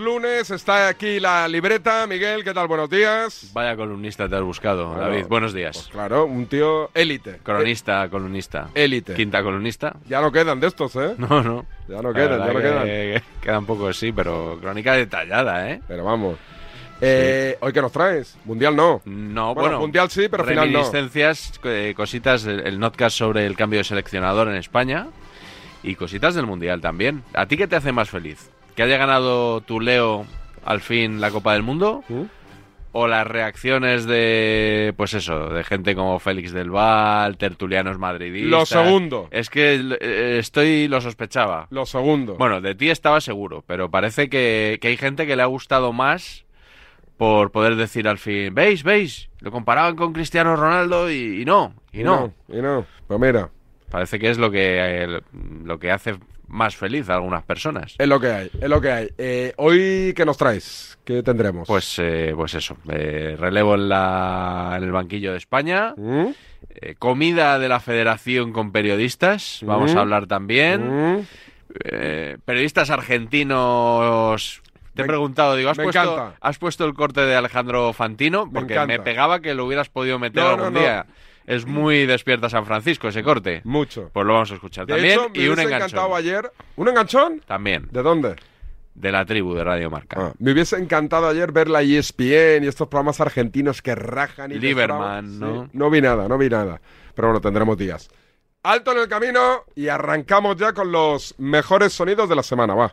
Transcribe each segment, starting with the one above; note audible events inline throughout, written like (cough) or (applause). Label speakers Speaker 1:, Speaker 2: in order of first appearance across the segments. Speaker 1: Lunes está aquí la libreta. Miguel, ¿qué tal? Buenos días.
Speaker 2: Vaya columnista te has buscado,
Speaker 1: Claro.
Speaker 2: David. Buenos días.
Speaker 1: Pues claro, un tío élite.
Speaker 2: Cronista, columnista.
Speaker 1: Élite.
Speaker 2: Quinta columnista.
Speaker 1: Ya no quedan de estos, ¿eh?
Speaker 2: No, no.
Speaker 1: Ya no quedan, ya
Speaker 2: La verdad
Speaker 1: no
Speaker 2: que-
Speaker 1: quedan.
Speaker 2: que- Quedan pocos, sí, pero crónica detallada, ¿eh?
Speaker 1: Pero vamos. Eh, ¿Hoy qué nos traes? Mundial no.
Speaker 2: No,
Speaker 1: Bueno,
Speaker 2: bueno.
Speaker 1: mundial sí, pero final no.
Speaker 2: Reminiscencias, eh, cositas, el, el notcast sobre el cambio de seleccionador en España y cositas del mundial también. ¿A ti qué te hace más feliz? ¿Que haya ganado tu Leo al fin la Copa del Mundo?
Speaker 1: ¿Mm?
Speaker 2: o las reacciones de, pues eso, de gente como Félix del Val, tertulianos madridistas.
Speaker 1: Lo segundo.
Speaker 2: Es que eh, estoy, lo sospechaba.
Speaker 1: Lo segundo.
Speaker 2: Bueno, de ti estaba seguro, pero parece que, que hay gente que le ha gustado más por poder decir al fin, veis, veis, lo comparaban con Cristiano Ronaldo y, y no, y no.
Speaker 1: Y no. Pues mira,
Speaker 2: Parece que es lo que, eh, lo que hace más feliz a algunas personas.
Speaker 1: es lo que hay, es lo que hay. Eh, ¿Hoy qué nos traes? ¿Qué tendremos?
Speaker 2: Pues, eh, pues eso, eh, relevo en, la, en el banquillo de España.
Speaker 1: ¿Mm?
Speaker 2: Eh, comida de la federación con periodistas, vamos
Speaker 1: Mm.
Speaker 2: a hablar también.
Speaker 1: ¿Mm?
Speaker 2: Eh, periodistas argentinos. Te he
Speaker 1: Me-
Speaker 2: preguntado, digo, ¿has,
Speaker 1: me
Speaker 2: puesto,
Speaker 1: encanta.
Speaker 2: has puesto el corte de Alejandro Fantino?
Speaker 1: Me
Speaker 2: Porque me,
Speaker 1: encanta.
Speaker 2: pegaba que lo hubieras podido meter
Speaker 1: No, no,
Speaker 2: algún
Speaker 1: no.
Speaker 2: día. Es muy despierta San Francisco ese corte.
Speaker 1: Mucho.
Speaker 2: Pues lo vamos a escuchar
Speaker 1: De
Speaker 2: también.
Speaker 1: hecho, me
Speaker 2: y un
Speaker 1: hubiese
Speaker 2: enganchón.
Speaker 1: encantado ayer. ¿Un enganchón?
Speaker 2: También.
Speaker 1: ¿De dónde?
Speaker 2: De la tribu de Radio Marca.
Speaker 1: Ah, me hubiese encantado ayer ver la E ESPN y estos programas argentinos que rajan y
Speaker 2: Lieberman,
Speaker 1: desgraban.
Speaker 2: ¿no?
Speaker 1: no vi nada, no vi nada. Pero bueno, tendremos días. Alto en el camino y arrancamos ya con los mejores sonidos de la semana, va.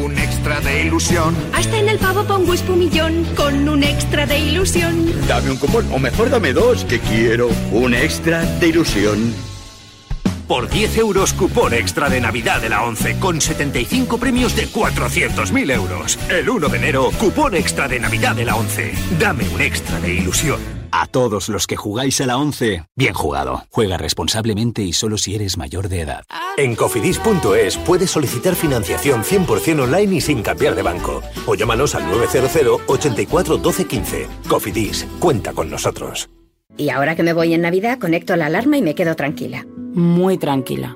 Speaker 3: un extra de ilusión.
Speaker 4: Hasta en el pavo pongo espumillón con un extra de ilusión.
Speaker 3: Dame un cupón, o mejor dame dos, que quiero un extra de ilusión.
Speaker 5: Por 10 euros cupón extra de Navidad de la 11 con 75 premios de 400.000 euros. El 1 de enero, cupón extra de Navidad de la 11. Dame un extra de ilusión.
Speaker 6: A todos los que jugáis a la 11, bien jugado. Juega responsablemente y solo si eres mayor de edad.
Speaker 5: En cofidis.es puedes solicitar financiación 100% online y sin cambiar de banco. O llámanos al 900 84 12 15. Cofidis, cuenta con nosotros.
Speaker 7: Y ahora que me voy en Navidad, conecto la alarma y me quedo tranquila.
Speaker 8: muy tranquila.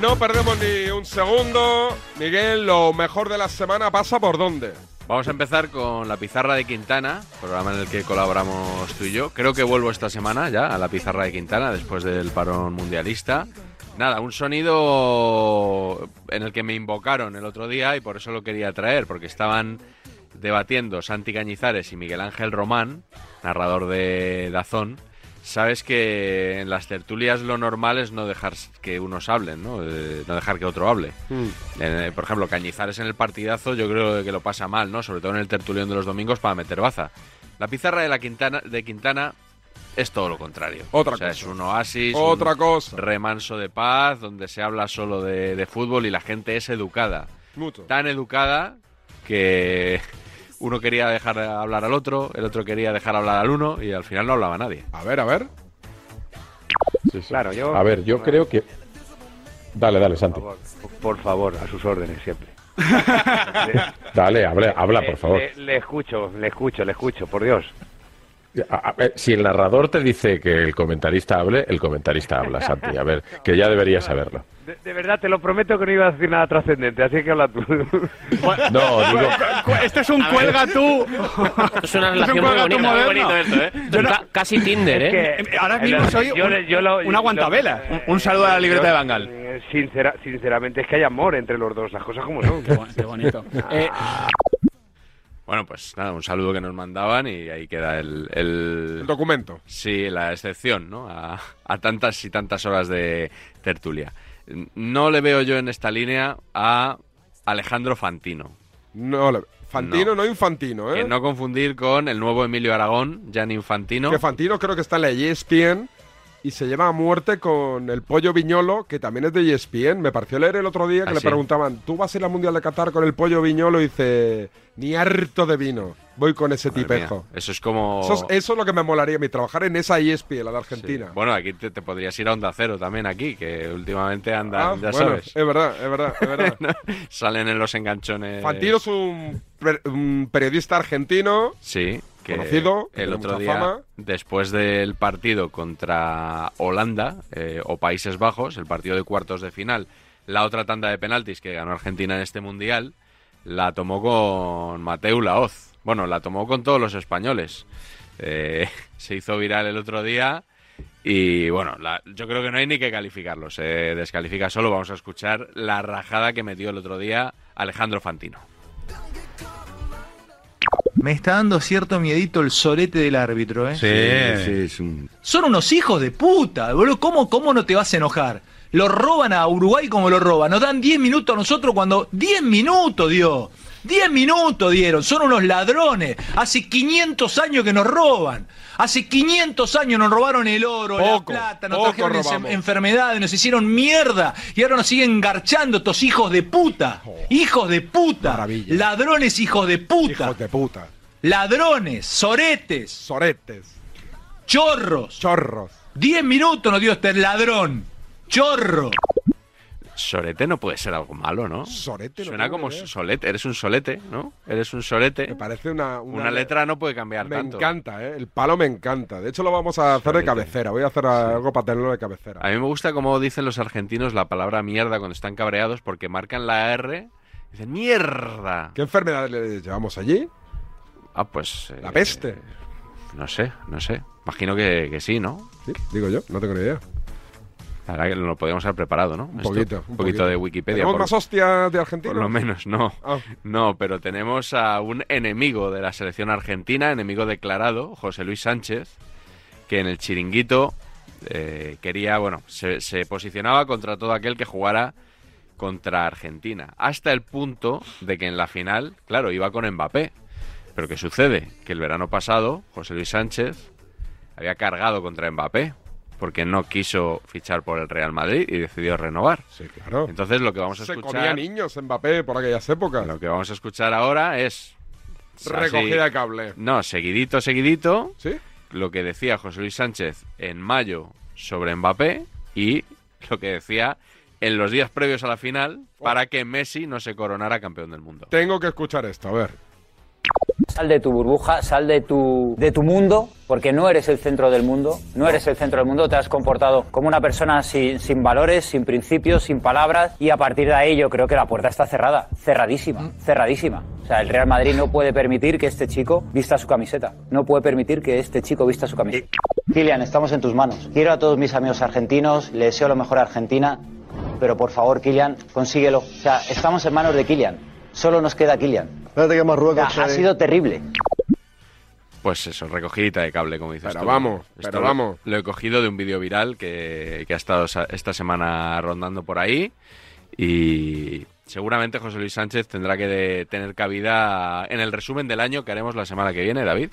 Speaker 1: No perdemos ni un segundo. Miguel, lo mejor de la semana pasa por dónde.
Speaker 2: Vamos a empezar con la pizarra de Quintana, programa en el que colaboramos tú y yo. Creo que vuelvo esta semana ya a la pizarra de Quintana después del parón mundialista. Nada, un sonido en el que me invocaron el otro día y por eso lo quería traer, porque estaban debatiendo Santi Cañizares y Miguel Ángel Román, narrador de Dazón. Sabes que en las tertulias lo normal es no dejar que unos hablen, ¿no? Eh, no dejar que otro hable. Eh, por ejemplo, Cañizares en el partidazo yo creo que lo pasa mal, ¿no? Sobre todo en el tertulión de los domingos para meter baza. La pizarra de la Quintana, de Quintana es todo lo contrario.
Speaker 1: Otra
Speaker 2: O sea,
Speaker 1: cosa.
Speaker 2: es un oasis,
Speaker 1: Otra
Speaker 2: un
Speaker 1: cosa.
Speaker 2: remanso de paz, donde se habla solo de, de fútbol y la gente es educada.
Speaker 1: Mucho.
Speaker 2: Tan educada que (laughs) uno quería dejar hablar al otro, el otro quería dejar hablar al uno y al final no hablaba nadie.
Speaker 1: A ver, a ver.
Speaker 9: Claro, yo.
Speaker 10: A ver, yo creo que. Dale, dale, Santi.
Speaker 9: Por favor, por favor, a sus órdenes siempre.
Speaker 10: Dale, habla, habla
Speaker 9: Le-
Speaker 10: por favor.
Speaker 9: Le, le escucho, le escucho, le escucho, por Dios.
Speaker 11: A- a- eh, si el narrador te dice que el comentarista hable, el comentarista habla, Santi. A ver, que ya deberías saberlo.
Speaker 12: De, de verdad, te lo prometo que no iba a decir nada trascendente, así que habla tú.
Speaker 13: (laughs)
Speaker 11: No,
Speaker 12: (laughs)
Speaker 11: digo,
Speaker 14: Este es un cuelga tú.
Speaker 15: Es
Speaker 13: (laughs)
Speaker 15: una relación muy bonita, muy bonito esto, ¿eh? Ca- casi Tinder, ¿eh?
Speaker 14: Ahora mismo soy
Speaker 12: Yo
Speaker 14: un,
Speaker 12: le- yo lo-
Speaker 14: un aguantabela. Un, un saludo a la libreta
Speaker 12: yo-
Speaker 14: de Bangal.
Speaker 12: eh, sincera- sinceramente, es que hay amor entre los dos, las cosas como son. Ah.
Speaker 14: Qué bonito. Eh,
Speaker 2: Bueno, pues nada, un saludo que nos mandaban y ahí queda el... El,
Speaker 1: documento.
Speaker 2: Sí, la excepción, ¿no? A, a tantas y tantas horas de tertulia. No le veo yo en esta línea a Alejandro Fantino.
Speaker 1: No, la- Fantino, no, Infantino, ¿eh?
Speaker 2: Que no confundir con el nuevo Emilio Aragón, Gianni Infantino.
Speaker 1: Que Fantino creo que está en la E ESPN y se lleva a muerte con el pollo viñolo, que también es de E ESPN. Me pareció leer el otro día que
Speaker 2: ¿Ah,
Speaker 1: le
Speaker 2: sí?
Speaker 1: preguntaban, ¿tú vas a ir al Mundial de Qatar con el pollo viñolo? Y dice, ni harto de vino, voy con ese
Speaker 2: Madre mía, Oh.
Speaker 1: tipejo.
Speaker 2: Eso es como...
Speaker 1: Eso, es, eso es lo que me molaría a mí, trabajar en esa E ESPN, la de Argentina.
Speaker 2: Bueno, aquí te, te podrías ir a Onda Cero también, aquí, que últimamente anda,
Speaker 1: Ah,
Speaker 2: ya
Speaker 1: bueno,
Speaker 2: sabes,
Speaker 1: es verdad, es verdad, es
Speaker 2: (laughs)
Speaker 1: verdad.
Speaker 2: salen en los enganchones.
Speaker 1: Fantino es un, per- un periodista argentino.
Speaker 2: Sí, que
Speaker 1: Conocido, que
Speaker 2: el
Speaker 1: tiene
Speaker 2: otro
Speaker 1: mucha
Speaker 2: día,
Speaker 1: fama.
Speaker 2: después del partido contra Holanda eh, o Países Bajos, el partido de cuartos de final, la otra tanda de penaltis que ganó Argentina en este mundial, la tomó con Mateu Laoz. Bueno, la tomó con todos los españoles. Eh, (laughs) se hizo viral el otro día y bueno, la- yo creo que no hay ni que calificarlo. Se descalifica solo. Vamos a escuchar la rajada que metió el otro día Alejandro Fantino.
Speaker 16: Me está dando cierto miedito el sorete del árbitro, ¿eh? Son unos hijos de puta, boludo. ¿Cómo, ¿Cómo no te vas a enojar? Lo roban a Uruguay como lo roban. Nos dan 10 minutos a nosotros cuando. ¡10 minutos, dio! ¡10 minutos dieron! Son unos ladrones. Hace 500 años que nos roban. Hace 500 años nos robaron el oro,
Speaker 1: Poco,
Speaker 16: la plata, nos
Speaker 1: poco
Speaker 16: trajeron ensem-
Speaker 1: robamos.
Speaker 16: enfermedades, nos hicieron mierda. Y ahora nos siguen garchando estos hijos de puta.
Speaker 1: Oh,
Speaker 16: Hijos de puta. Ladrones, hijos de puta. Hijos de
Speaker 1: puta.
Speaker 16: Ladrones, soretes.
Speaker 1: Soretes.
Speaker 16: Chorros.
Speaker 1: Chorros.
Speaker 16: Diez minutos nos dio este ladrón. Chorro.
Speaker 2: Sorete no puede ser algo malo, ¿no?
Speaker 1: Sorete.
Speaker 2: Suena como solete. Eres un solete, ¿no? Eres un solete. Me
Speaker 1: parece una...
Speaker 2: Una, letra no puede cambiar
Speaker 1: Me
Speaker 2: tanto.
Speaker 1: encanta, ¿eh? El palo me encanta. De hecho, lo vamos a hacer de cabecera. Voy a hacer algo para tenerlo de cabecera.
Speaker 2: A mí me gusta cómo dicen los argentinos la palabra mierda cuando están cabreados porque marcan la R. Dicen mierda.
Speaker 1: ¿Qué enfermedad le llevamos allí?
Speaker 2: Ah, pues.
Speaker 1: La peste.
Speaker 2: No sé, no sé. Imagino que, que sí, ¿no?
Speaker 1: Sí, digo yo, no tengo ni idea.
Speaker 2: La verdad que lo podíamos haber preparado, ¿no?
Speaker 1: Un
Speaker 2: Esto,
Speaker 1: poquito.
Speaker 2: Un poquito de Wikipedia.
Speaker 1: ¿Tenemos
Speaker 2: por-
Speaker 1: más hostias de Argentina?
Speaker 2: Por lo menos, no.
Speaker 1: Ah.
Speaker 2: No, pero tenemos a un enemigo de la selección argentina, enemigo declarado, José Luis Sánchez, que en el chiringuito eh, quería, bueno, se, se posicionaba contra todo aquel que jugara contra Argentina, hasta el punto de que en la final, claro, iba con Mbappé. Pero ¿qué sucede? Que el verano pasado, José Luis Sánchez había cargado contra Mbappé, porque no quiso fichar por el Real Madrid y decidió renovar.
Speaker 1: Sí, claro.
Speaker 2: Entonces lo que vamos a
Speaker 1: Se
Speaker 2: escuchar...
Speaker 1: comía niños Mbappé por aquellas épocas.
Speaker 2: Lo que vamos a escuchar ahora es.
Speaker 1: Recogida de cable.
Speaker 2: No, seguidito, seguidito.
Speaker 1: ¿Sí?
Speaker 2: Lo que decía José Luis Sánchez en mayo sobre Mbappé y lo que decía en los días previos a la final
Speaker 1: Oh.
Speaker 2: para que Messi no se coronara campeón del mundo.
Speaker 1: Tengo que escuchar esto, a ver.
Speaker 17: Sal de tu burbuja, sal de tu, de tu mundo, porque no eres el centro del mundo, no eres el centro del mundo, te has comportado como una persona sin, sin valores, sin principios, sin palabras, y a partir de ahí yo creo que la puerta está cerrada, cerradísima, cerradísima. O sea, el Real Madrid no puede permitir que este chico vista su camiseta, no puede permitir que este chico vista su camiseta. Kilian, estamos en tus manos. Quiero a todos mis amigos argentinos, le deseo lo mejor a Argentina, pero por favor, Kilian, consíguelo. O sea, estamos en manos de Kilian, solo nos queda Kilian. O sea, ha sido terrible.
Speaker 2: Pues eso, recogidita de cable, como dices
Speaker 1: Pero
Speaker 2: tú.
Speaker 1: vamos,
Speaker 2: Esto
Speaker 1: pero
Speaker 2: lo-
Speaker 1: vamos.
Speaker 2: Lo he cogido de un vídeo viral que, que ha estado sa- esta semana rondando por ahí. Y seguramente José Luis Sánchez tendrá que de- tener cabida en el resumen del año que haremos la semana que viene, David.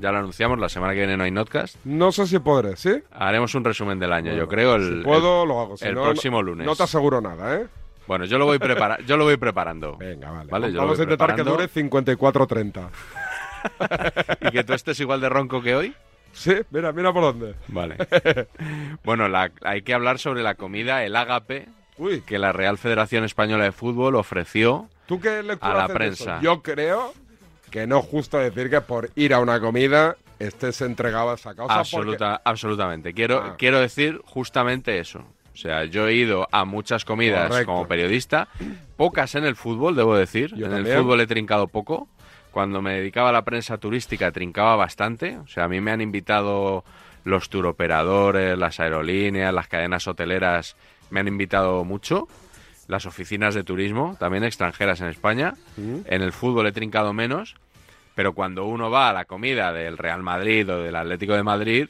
Speaker 2: Ya lo anunciamos, la semana que viene no hay notcast.
Speaker 1: No sé si podré, ¿sí?
Speaker 2: Haremos un resumen del año, yo creo. El,
Speaker 1: si puedo,
Speaker 2: el-
Speaker 1: lo hago. Si
Speaker 2: el
Speaker 1: no,
Speaker 2: próximo lunes.
Speaker 1: No te aseguro nada, ¿eh?
Speaker 2: Bueno, yo lo voy, prepara yo lo voy preparando. Venga,
Speaker 1: vale.
Speaker 2: yo lo
Speaker 1: Vamos a
Speaker 2: voy
Speaker 1: intentar que
Speaker 2: preparando.
Speaker 1: dure 54-30.
Speaker 2: ¿Y que tú estés igual de ronco que hoy?
Speaker 1: Sí, mira, mira por dónde.
Speaker 2: Vale. (laughs) Bueno, la- hay que hablar sobre la comida, el ágape, que la Real Federación Española de Fútbol ofreció.
Speaker 1: ¿Tú qué lectura
Speaker 2: A la
Speaker 1: haces de eso?
Speaker 2: prensa.
Speaker 1: Yo creo que no es justo decir que por ir a una comida estés entregado a esa causa.
Speaker 2: Absoluta- Absolutamente. Quiero,
Speaker 1: Ah.
Speaker 2: quiero decir justamente eso. O sea, yo he ido a muchas comidas
Speaker 1: Correcto.
Speaker 2: como periodista, pocas en el fútbol, debo decir. en
Speaker 1: también.
Speaker 2: el fútbol he trincado poco. Cuando me dedicaba a la prensa turística trincaba bastante. O sea, a mí me han invitado los turoperadores, las aerolíneas, las cadenas hoteleras, me han invitado mucho. Las oficinas de turismo, también extranjeras en España. En el fútbol he trincado menos, pero cuando uno va a la comida del Real Madrid o del Atlético de Madrid,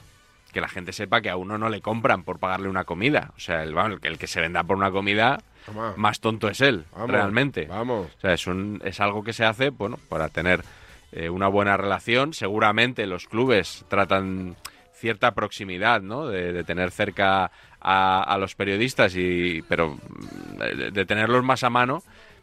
Speaker 2: que la gente sepa que a uno no le compran por pagarle una comida. O sea, el, vamos, el que se venda por una comida,
Speaker 1: Toma.
Speaker 2: más tonto es él,
Speaker 1: Ah. Vamos,
Speaker 2: realmente.
Speaker 1: Vamos.
Speaker 2: O sea, es, un- es algo que se hace, bueno, para tener eh, una buena relación. Seguramente los clubes tratan cierta proximidad, ¿no? De, de tener cerca a, a los periodistas y, pero mm, de, de tenerlos más a mano.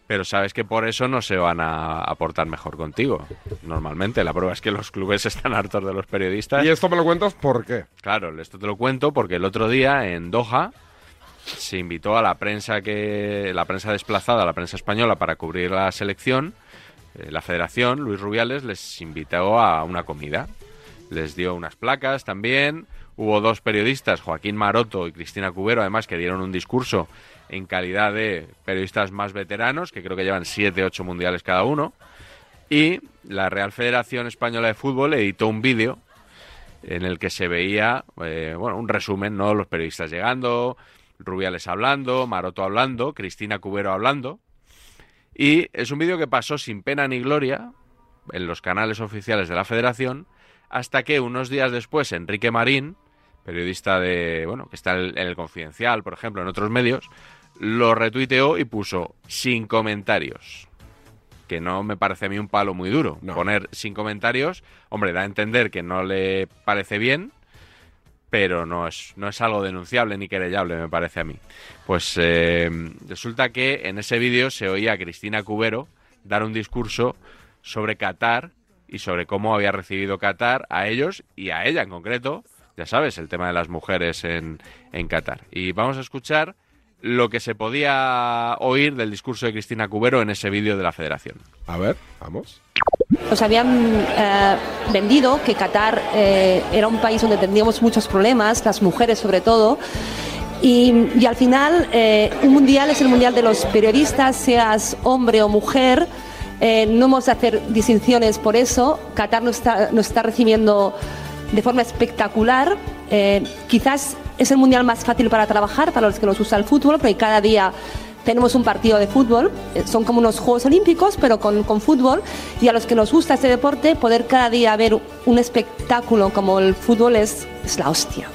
Speaker 2: Pero sabes que por eso no se van a, a portar mejor contigo. Normalmente, la prueba es que los clubes (laughs) están hartos de los periodistas.
Speaker 1: ¿Y esto me lo cuentas por qué?
Speaker 2: Claro, esto te lo cuento porque el otro día en Doha se invitó a la prensa que la prensa desplazada, la prensa española para cubrir la selección, eh, la Federación, Luis Rubiales les invitó a una comida. Les dio unas placas también. Hubo dos periodistas, Joaquín Maroto y Cristina Cubero, además que dieron un discurso en calidad de periodistas más veteranos, que creo que llevan 7, 8 mundiales cada uno. Y la Real Federación Española de Fútbol editó un vídeo en el que se veía eh, bueno, un resumen, ¿no? Los periodistas llegando, Rubiales hablando, Maroto hablando, Cristina Cubero hablando. Y es un vídeo que pasó sin pena ni gloria en los canales oficiales de la federación, hasta que unos días después Enrique Marín, periodista de, bueno, que está en el- en el Confidencial, por ejemplo, en otros medios, lo retuiteó y puso sin comentarios que no me parece a mí un palo muy duro. Poner sin comentarios, hombre, da a entender que no le parece bien, pero no es, no es algo denunciable ni querellable, me parece a mí. Pues eh, resulta que en ese vídeo se oía a Cristina Cubero dar un discurso sobre Qatar y sobre cómo había recibido Qatar a ellos y a ella en concreto, ya sabes, el tema de las mujeres en, en Qatar. Y vamos a escuchar lo que se podía oír del discurso de Cristina Cubero en ese vídeo de la federación.
Speaker 1: A ver, vamos.
Speaker 18: Nos habían eh, vendido que Qatar eh, era un país donde tendríamos muchos problemas, las mujeres sobre todo. Y, y al final, eh, un mundial es el mundial de los periodistas, seas hombre o mujer. Eh, no hemos de hacer distinciones por eso. Qatar nos está, nos está recibiendo de forma espectacular. Eh, quizás es el mundial más fácil para trabajar, para los que nos gusta el fútbol, porque cada día tenemos un partido de fútbol. Eh, Son como unos Juegos Olímpicos, pero con, con fútbol. Y a los que nos gusta este deporte, poder cada día ver un espectáculo como el fútbol es, es la hostia.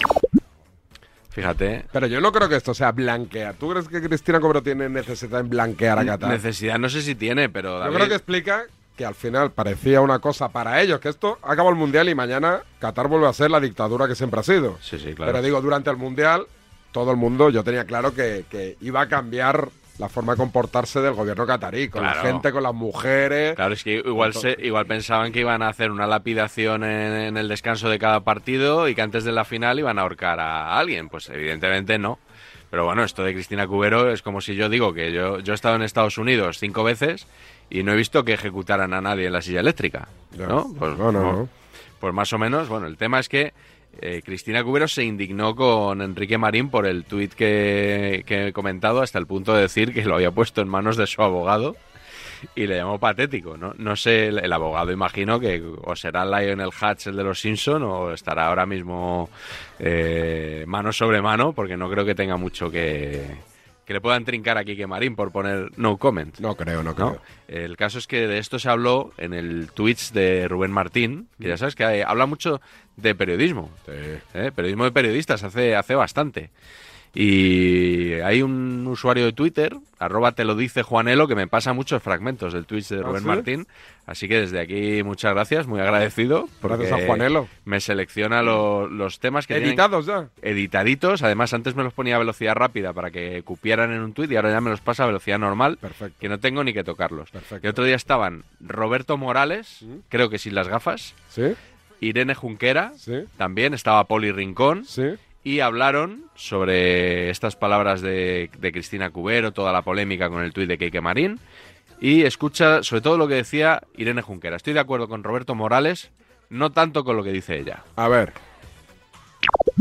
Speaker 2: Fíjate.
Speaker 1: Pero yo no creo que esto sea blanquear. ¿Tú crees que Cristina Cobro tiene necesidad en blanquear a Qatar?
Speaker 2: Necesidad no sé si tiene, pero
Speaker 1: Yo
Speaker 2: David,
Speaker 1: creo que explica que al final parecía una cosa para ellos, que esto acaba el Mundial y mañana Qatar vuelve a ser la dictadura que siempre ha sido.
Speaker 2: Sí, sí, claro.
Speaker 1: Pero digo, durante el Mundial, todo el mundo, yo tenía claro que, que iba a cambiar la forma de comportarse del gobierno catarí, con la
Speaker 2: Claro.
Speaker 1: gente, con las mujeres.
Speaker 2: Claro, es que igual, se, igual pensaban que iban a hacer una lapidación en, en el descanso de cada partido y que antes de la final iban a ahorcar a alguien. Pues evidentemente no. Pero bueno, esto de Cristina Cubero es como si yo digo que yo, yo he estado en Estados Unidos cinco veces y no he visto que ejecutaran a nadie en la silla eléctrica. ¿no? Pues,
Speaker 1: No, no,
Speaker 2: como-
Speaker 1: no.
Speaker 2: Pues más o menos, bueno, el tema es que eh, Cristina Cubero se indignó con Enrique Marín por el tuit que, que he comentado hasta el punto de decir que lo había puesto en manos de su abogado y le llamó patético, ¿no? No sé, el, el abogado imagino que o será Lionel Hutch el de los Simpson o estará ahora mismo eh, mano sobre mano porque no creo que tenga mucho que... Que le puedan trincar aquí que Marín por poner no comment.
Speaker 1: No creo, no
Speaker 2: creo. El caso es que de esto se habló en el Twitch de Rubén Martín, que ya sabes que eh, habla mucho de periodismo. ¿eh? Periodismo de periodistas, hace, hace bastante. Y hay un usuario de Twitter, arroba te lo dice Juanelo, que me pasa muchos fragmentos del Twitch de
Speaker 1: ¿Ah,
Speaker 2: Rubén
Speaker 1: sí?
Speaker 2: Martín. Así que desde aquí muchas gracias, muy agradecido. porque
Speaker 1: Gracias a Juanelo.
Speaker 2: Me selecciona lo- los temas que tienen-
Speaker 1: Editados ya.
Speaker 2: editaditos. Además, antes me los ponía a velocidad rápida para que cupieran en un tuit y ahora ya me los pasa a velocidad normal, que no tengo ni que tocarlos. Y otro día estaban Roberto Morales,
Speaker 1: ¿Mm?
Speaker 2: creo que sin las gafas, Irene Junquera, también estaba Poli Rincón, y hablaron sobre estas palabras de, de Cristina Cubero, toda la polémica con el tuit de Keike Marín, y escucha sobre todo lo que decía Irene Junquera. Estoy de acuerdo con Roberto Morales no tanto con lo que dice ella.
Speaker 1: A ver.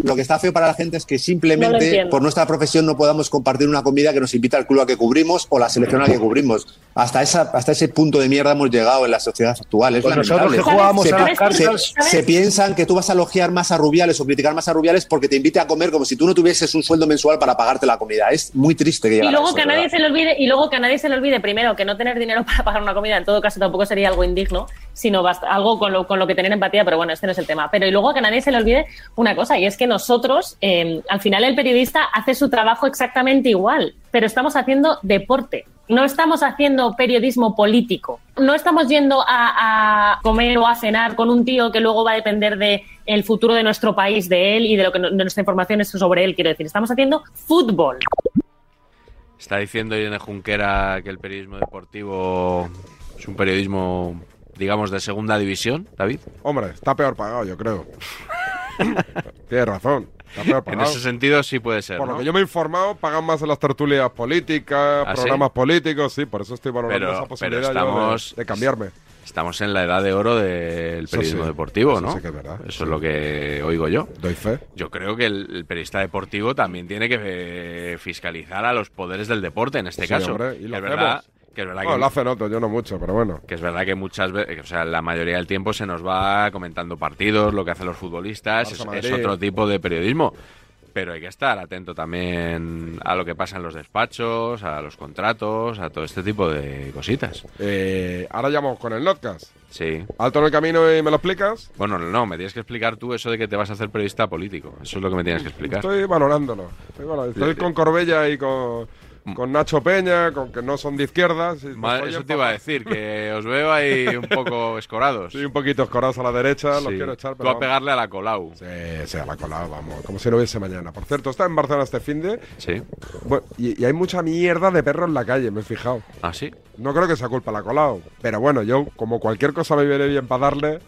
Speaker 19: Lo que está feo para la gente es que
Speaker 20: No lo
Speaker 19: simplemente
Speaker 20: entiendo.
Speaker 19: por nuestra profesión no podamos compartir una comida que nos invita al club a que cubrimos o la selección a la que cubrimos. Hasta, esa, hasta ese punto de mierda hemos llegado en las sociedades actuales.
Speaker 3: Pues nosotros
Speaker 19: lamentable.
Speaker 3: que jugábamos
Speaker 19: se,
Speaker 3: a las
Speaker 19: se-
Speaker 3: cartas-
Speaker 19: se piensan que tú vas a elogiar más a Rubiales o criticar más a Rubiales porque te invite a comer como si tú no tuvieses un sueldo mensual para pagarte la comida. Es muy triste que
Speaker 20: Y
Speaker 19: llegara a
Speaker 20: luego
Speaker 19: eso,
Speaker 20: que a
Speaker 19: de verdad.
Speaker 20: nadie se le olvide, y luego que a nadie se le olvide, primero, que no tener dinero (laughs) para pagar una comida, en todo caso tampoco sería algo indigno, sino bast- algo con lo, con lo que tener empatía, pero bueno, este no es el tema. Pero y luego que a nadie se le olvide una cosa, y es que nosotros, eh, al final el periodista hace su trabajo exactamente igual, pero estamos haciendo deporte. No estamos haciendo periodismo político. No estamos yendo a, a comer o a cenar con un tío que luego va a depender de el futuro de nuestro país, de él y de lo que no- de nuestra información es sobre él. Quiero decir, estamos haciendo fútbol.
Speaker 2: Está diciendo Irene Junquera que el periodismo deportivo es un periodismo, digamos, de segunda división, David.
Speaker 1: Hombre, está peor pagado, yo creo. Tienes razón. Está peor
Speaker 2: (laughs) En
Speaker 1: pagado.
Speaker 2: ese sentido sí puede ser.
Speaker 1: Por lo
Speaker 2: ¿no?
Speaker 1: que yo me he informado, pagan más en las tertulias políticas,
Speaker 2: ¿Ah, sí?
Speaker 1: programas políticos, sí, por eso estoy valorando
Speaker 2: Pero-
Speaker 1: esa
Speaker 2: pero
Speaker 1: posibilidad yo
Speaker 2: estamos-
Speaker 1: de, de cambiarme.
Speaker 2: Estamos en la edad de oro del
Speaker 1: Eso
Speaker 2: periodismo
Speaker 1: sí,
Speaker 2: deportivo,
Speaker 1: eso
Speaker 2: ¿no?
Speaker 1: sí que es verdad.
Speaker 2: Eso es lo que oigo yo.
Speaker 1: Doy fe.
Speaker 2: Yo creo que el, el periodista deportivo también tiene que eh, fiscalizar a los poderes del deporte en este
Speaker 1: Sí,
Speaker 2: caso.
Speaker 1: hombre, y lo
Speaker 2: que es
Speaker 1: hacemos.
Speaker 2: verdad que es verdad
Speaker 1: Bueno,
Speaker 2: que
Speaker 1: lo hacen otros, yo no mucho, pero bueno.
Speaker 2: que es verdad que muchas veces, o sea, la mayoría del tiempo se nos va comentando partidos, lo que hacen los futbolistas, es,
Speaker 1: Barça,
Speaker 2: es
Speaker 1: Madrid.
Speaker 2: otro tipo de periodismo. Pero hay que estar atento también a lo que pasa en los despachos, a los contratos, a todo este tipo de cositas.
Speaker 1: Eh, ahora ya vamos con el podcast.
Speaker 2: Sí.
Speaker 1: Alto en el camino y me lo explicas.
Speaker 2: Bueno, no, me tienes que explicar tú eso de que te vas a hacer periodista político. Eso es lo que me tienes que explicar.
Speaker 1: Estoy valorándolo. Estoy, valor- estoy
Speaker 2: Le- Mm.
Speaker 1: con Corbella y con, con Nacho Peña, con que no son de izquierdas. y-
Speaker 2: Ma-
Speaker 1: oye,
Speaker 2: eso te iba a decir, que os veo ahí un
Speaker 1: (laughs)
Speaker 2: poco escorados.
Speaker 1: Sí, un poquito escorados a la derecha, los
Speaker 2: Sí.
Speaker 1: quiero echar,
Speaker 2: Tú
Speaker 1: pero
Speaker 2: a pegarle a la Colau.
Speaker 1: Sí, sí, a la Colau, vamos. Como si no hubiese mañana. Por cierto, está en Barcelona este fin de.
Speaker 2: Sí.
Speaker 1: y, y hay mucha mierda de perro en la calle, me he fijado.
Speaker 2: ¿Ah, sí?
Speaker 1: No creo que sea culpa la Colau. Pero bueno, yo, como cualquier cosa me viene bien para darle.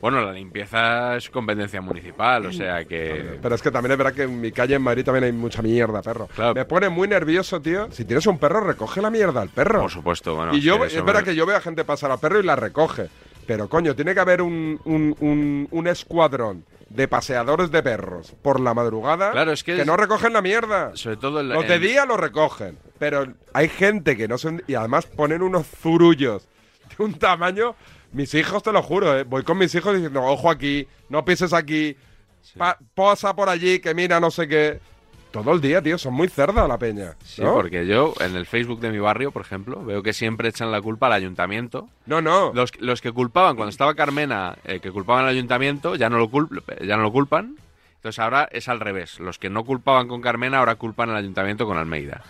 Speaker 2: Bueno, la limpieza es competencia municipal, o sea que...
Speaker 1: Pero es que también es verdad que en mi calle en Madrid también hay mucha mierda, perro.
Speaker 2: Claro.
Speaker 1: Me pone muy nervioso, tío. Si tienes un perro, recoge la mierda al perro.
Speaker 2: Por supuesto, Pues, bueno.
Speaker 1: y yo,
Speaker 2: que
Speaker 1: es
Speaker 2: eso
Speaker 1: verdad
Speaker 2: me-
Speaker 1: que yo veo a gente pasar al perro y la recoge. Pero coño, tiene que haber un, un- un- un escuadrón de paseadores de perros por la
Speaker 13: ¿Ah?
Speaker 1: madrugada
Speaker 2: Claro, es que...
Speaker 1: no recogen la mierda.
Speaker 2: Sobre todo en la-
Speaker 1: Los de
Speaker 2: en-
Speaker 1: día lo recogen, pero hay gente que no son... Y además ponen unos zurullos de un tamaño... Mis hijos, te lo juro, ¿eh? voy con mis hijos diciendo, ojo aquí, no pises aquí, pa- posa por allí, que mira no sé qué. Todo el día, tío, son muy cerdas la peña.
Speaker 2: Sí,
Speaker 1: ¿no?
Speaker 2: porque yo en el Facebook de mi barrio, por ejemplo, veo que siempre echan la culpa al ayuntamiento.
Speaker 1: No, no.
Speaker 2: Los, los que culpaban, cuando estaba Carmena, eh, que culpaban al ayuntamiento, ya no, lo culp- ya no lo culpan. Entonces ahora es al revés. Los que no culpaban con Carmena ahora culpan al ayuntamiento con Almeida.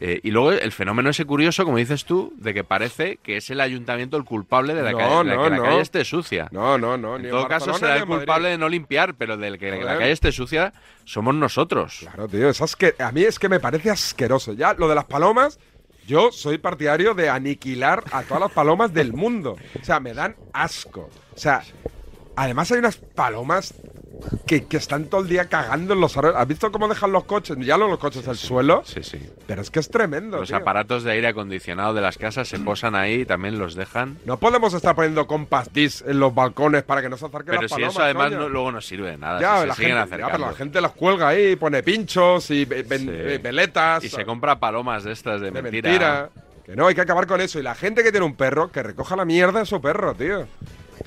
Speaker 2: Eh, y luego el fenómeno ese curioso, como dices tú, de que parece que es el ayuntamiento el culpable de, la
Speaker 1: No,
Speaker 2: calle, de
Speaker 1: no,
Speaker 2: que la
Speaker 1: no.
Speaker 2: calle esté sucia.
Speaker 1: No, no, no.
Speaker 2: En
Speaker 1: ni
Speaker 2: todo caso,
Speaker 1: Barcelona
Speaker 2: será
Speaker 1: ni
Speaker 2: el
Speaker 1: en Madrid.
Speaker 2: culpable de no limpiar, pero del que la
Speaker 1: Joder.
Speaker 2: calle esté sucia somos nosotros.
Speaker 1: Claro, tío, es asque- a mí es que me parece asqueroso. Ya, lo de las palomas, yo soy partidario de aniquilar a todas las palomas del mundo. O sea, me dan asco. O sea, además hay unas palomas que, que están todo el día cagando en los árboles. ¿Has visto cómo dejan los coches? Ya no los coches al suelo.
Speaker 2: Sí, sí.
Speaker 1: Pero es que es tremendo.
Speaker 2: Los
Speaker 1: tío.
Speaker 2: aparatos de aire acondicionado de las casas se posan ahí y también los dejan.
Speaker 1: No podemos estar poniendo compact disc en los balcones para Ah, que no se acerquen
Speaker 2: Pero
Speaker 1: las
Speaker 2: si
Speaker 1: palomas.
Speaker 2: eso además
Speaker 1: coño.
Speaker 2: no- luego no sirve de nada.
Speaker 1: Ya,
Speaker 2: si
Speaker 1: la
Speaker 2: se siguen
Speaker 1: gente, ya, pero
Speaker 2: acercando.
Speaker 1: la gente los cuelga ahí, pone pinchos y ve- ven- eh, veletas.
Speaker 2: Y se compra palomas de estas de,
Speaker 1: de
Speaker 2: mentira.
Speaker 1: mentira. Que no, hay que acabar con eso. Y la gente que tiene un perro, que recoja la mierda de su perro, tío.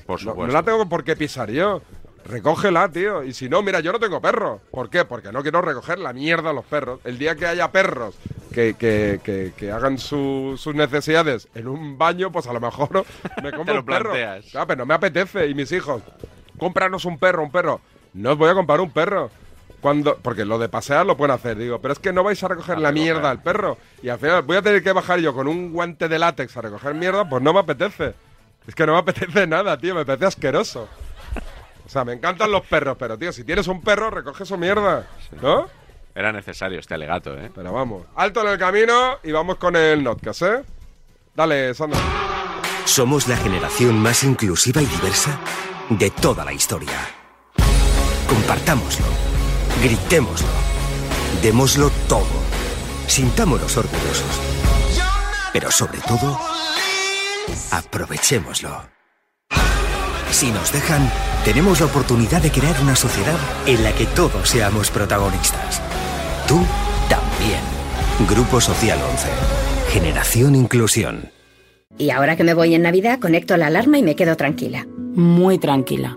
Speaker 2: Por
Speaker 1: No,
Speaker 2: supuesto.
Speaker 1: no la tengo por qué pisar yo. Recógela, tío. Y si no, mira, yo no tengo perro. ¿Por qué? Porque no quiero recoger la mierda a los perros. El día que haya perros que, que- que- que hagan su- sus necesidades en un baño, pues a lo mejor
Speaker 2: (laughs)
Speaker 1: me compro
Speaker 2: lo
Speaker 1: un perro.
Speaker 2: planteas.
Speaker 1: Claro, pero no me apetece. Y mis hijos, cómpranos un perro, un perro. No os voy a comprar un perro. Cuando, porque lo de pasear lo pueden hacer, digo, pero es que no vais a recoger la mierda al perro. Y al final voy a tener que bajar yo con un guante de látex a recoger mierda, pues no me apetece. Es que no me apetece (laughs) nada, tío, me parece asqueroso. O sea, me encantan los perros, pero tío, si tienes un perro, recoge su mierda, ¿no?
Speaker 2: Era necesario este alegato, ¿eh?
Speaker 1: Pero vamos. Alto en el camino y vamos con el notcast, ¿eh? Dale, Sandra.
Speaker 21: Somos la generación más inclusiva y diversa de toda la historia. Compartámoslo, gritémoslo, démoslo todo, sintámonos orgullosos, pero sobre todo, aprovechémoslo.
Speaker 22: Si nos dejan, tenemos la oportunidad de crear una sociedad en la que todos seamos protagonistas. Tú también. Grupo Social 11. Generación Inclusión.
Speaker 7: Y ahora que me voy en Navidad, conecto la alarma y me quedo tranquila.
Speaker 8: Muy tranquila.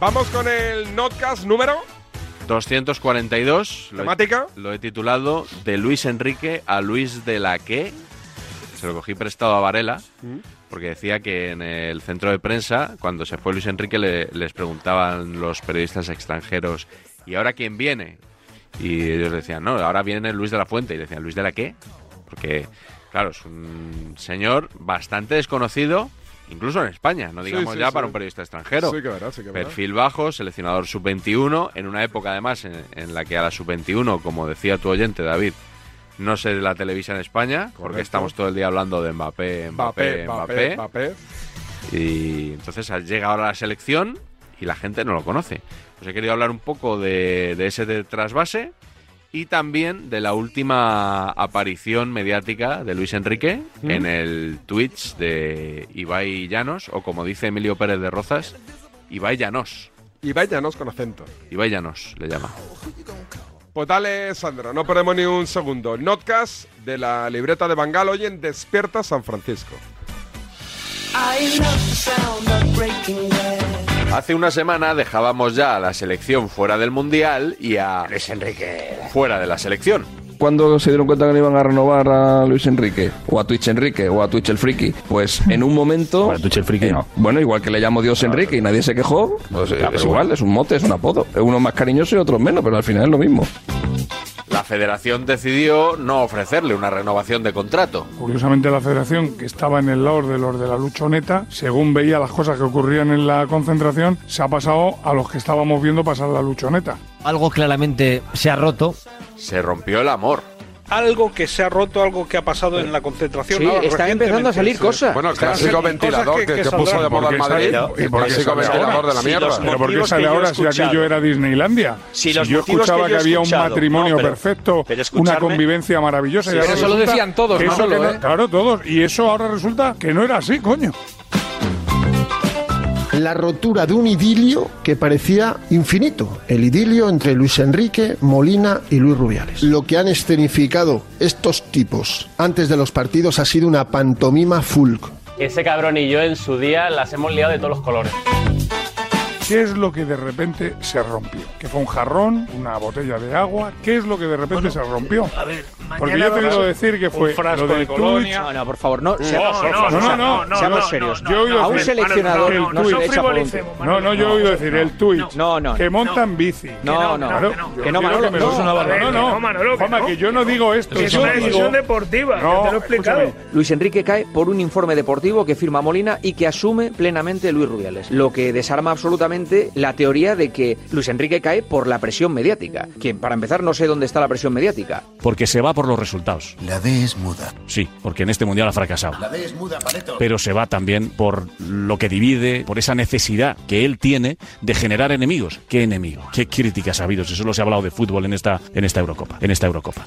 Speaker 1: Vamos con el notcast número.
Speaker 2: 242. lo he-
Speaker 1: ¿Temática?
Speaker 2: Lo he, titulado De Luis Enrique a Luis de la que. Se lo cogí prestado a Varela. Porque decía que en el centro de prensa, cuando se fue Luis Enrique, le- les preguntaban los periodistas extranjeros, ¿y ahora quién viene? Y ellos decían, no, ahora viene Luis de la Fuente. Y decían, ¿Luis de la qué? Porque, claro, es un señor bastante desconocido, incluso en España, no
Speaker 1: Sí,
Speaker 2: digamos
Speaker 1: sí,
Speaker 2: ya
Speaker 1: sí.
Speaker 2: para un periodista extranjero.
Speaker 1: Sí, que verás, sí, que verás.
Speaker 2: Perfil bajo, seleccionador sub-21, en una época además en, en la que a la sub-21, como decía tu oyente David, no se la televisa en España, porque
Speaker 1: Correcto.
Speaker 2: estamos todo el día hablando de Mbappé, Mbappé,
Speaker 1: Mbappé, Mbappé,
Speaker 2: Mbappé.
Speaker 1: Mbappé.
Speaker 2: Y entonces llega ahora la selección y la gente no lo conoce. Pues he querido hablar un poco de, de ese de trasvase y también de la última aparición mediática de Luis Enrique
Speaker 23: ¿Mm?
Speaker 2: en el Twitch de Ibai Llanos, o como dice Emilio Pérez de Rozas, Ibai Llanos.
Speaker 1: Ibai Llanos con acento.
Speaker 2: Ibai Llanos le llama.
Speaker 1: Pues dale, Sandro, no perdemos ni un segundo. Notcast de la libreta de Bangal hoy en Despierta San Francisco.
Speaker 2: Hace una semana dejábamos ya a la selección fuera del Mundial y a Luis Enrique fuera de la selección.
Speaker 16: Cuando se dieron cuenta que no iban a renovar a Luis Enrique, o a Twitch Enrique, o a Twitch el Friki, pues en un momento. Twitch el Friki no. Bueno, igual que le llamo Dios Enrique y nadie se quejó, pues eh,
Speaker 24: Ya, pero
Speaker 16: es igual,
Speaker 24: bueno.
Speaker 16: es un mote, es un apodo. Uno más cariñoso y otro menos, pero al final es lo mismo.
Speaker 13: Pues
Speaker 2: La federación decidió no ofrecerle una renovación de contrato.
Speaker 25: Curiosamente la federación, que estaba en el lado de los de la luchoneta, según veía las cosas que ocurrían en la concentración, se ha pasado a los que estábamos viendo pasar la luchoneta.
Speaker 26: Algo claramente se ha roto.
Speaker 2: Se rompió el amor.
Speaker 5: Algo que se ha roto, algo que ha pasado en la concentración.
Speaker 27: Sí,
Speaker 5: ahora,
Speaker 27: están
Speaker 5: recientemente.
Speaker 27: empezando a salir
Speaker 5: Sí.
Speaker 27: cosas.
Speaker 1: Bueno, el
Speaker 5: Están
Speaker 1: clásico
Speaker 5: saliendo
Speaker 1: ventilador
Speaker 5: cosas
Speaker 1: que- que puso
Speaker 5: saldrán.
Speaker 1: de moda el Porque Madrid. sale- y porque Clásico sale ahora. ventilador de la
Speaker 5: Si
Speaker 1: mierda.
Speaker 5: los
Speaker 1: Pero ¿por qué
Speaker 5: motivos
Speaker 1: sale
Speaker 5: que yo he
Speaker 1: ahora si aquello
Speaker 5: escuchado-
Speaker 1: era Disneylandia?
Speaker 5: Si
Speaker 1: Si
Speaker 5: los
Speaker 1: yo
Speaker 5: motivos
Speaker 1: escuchaba que
Speaker 5: yo he
Speaker 1: había un
Speaker 5: escuchado-
Speaker 1: matrimonio
Speaker 5: no, pero-
Speaker 1: perfecto,
Speaker 5: pero
Speaker 1: una
Speaker 5: escucharme-
Speaker 1: convivencia maravillosa.
Speaker 5: Sí,
Speaker 1: y ahora
Speaker 5: pero eso lo
Speaker 1: resulta
Speaker 5: decían todos,
Speaker 1: que eso
Speaker 5: Manolo,
Speaker 1: que no-
Speaker 5: ¿eh?
Speaker 1: Claro, todos. Y eso ahora resulta que no era así, coño.
Speaker 28: la rotura de un idilio que parecía infinito, el idilio entre Luis Enrique, Molina y Luis Rubiales. Lo que han escenificado estos tipos antes de los partidos ha sido una pantomima fulk.
Speaker 23: Ese cabrón y yo en su día las hemos liado de todos los colores.
Speaker 25: ¿Qué es lo que de repente se rompió? ¿Que fue un jarrón? ¿Una botella de agua? ¿Qué es lo que de repente se rompió?
Speaker 27: A ver,
Speaker 25: Porque yo te he oído decir que fue lo del Twitch.
Speaker 27: No, no, por favor, Mm. no.
Speaker 25: No,
Speaker 27: seamos-
Speaker 25: no, no,
Speaker 27: seamos-
Speaker 25: no, no,
Speaker 27: seamos
Speaker 25: no,
Speaker 27: serios.
Speaker 25: no, no, Yo he oído
Speaker 27: a un
Speaker 25: decir-
Speaker 27: seleccionador
Speaker 25: que el
Speaker 27: no, se
Speaker 25: tuit-
Speaker 27: le echa por un-
Speaker 25: No, no, yo he oído decir el Twitch.
Speaker 27: No, no.
Speaker 25: Que montan bici.
Speaker 27: No, no,
Speaker 25: Claro,
Speaker 27: que no,
Speaker 25: yo
Speaker 27: que no,
Speaker 25: quiero
Speaker 27: Manolo,
Speaker 25: me
Speaker 27: no.
Speaker 25: des una barra.
Speaker 27: A ver,
Speaker 25: No,
Speaker 27: que
Speaker 25: no,
Speaker 27: no, Manolo, que
Speaker 25: Juanma,
Speaker 27: no.
Speaker 25: que yo no digo esto.
Speaker 27: Que es
Speaker 25: yo
Speaker 27: una
Speaker 25: digo-
Speaker 27: decisión deportiva,
Speaker 25: No,
Speaker 27: ya te lo he explicado.
Speaker 25: escúchame.
Speaker 27: Luis Enrique cae por un informe deportivo que firma Molina y que asume plenamente Luis Rubiales, lo que desarma absolutamente la teoría de que Luis Enrique cae por la presión mediática, que para empezar no sé dónde está la presión mediática.
Speaker 29: Porque se va por los resultados.
Speaker 27: La D es muda.
Speaker 29: Sí, porque en este mundial ha fracasado.
Speaker 27: D es muda, Paleto.
Speaker 29: Pero se va también por lo que divide, por esa necesidad que él tiene de generar enemigos. ¿Qué enemigo? ¿Qué críticas ha habido? Si solo se ha hablado de fútbol en esta, en esta Eurocopa. En esta Eurocopa.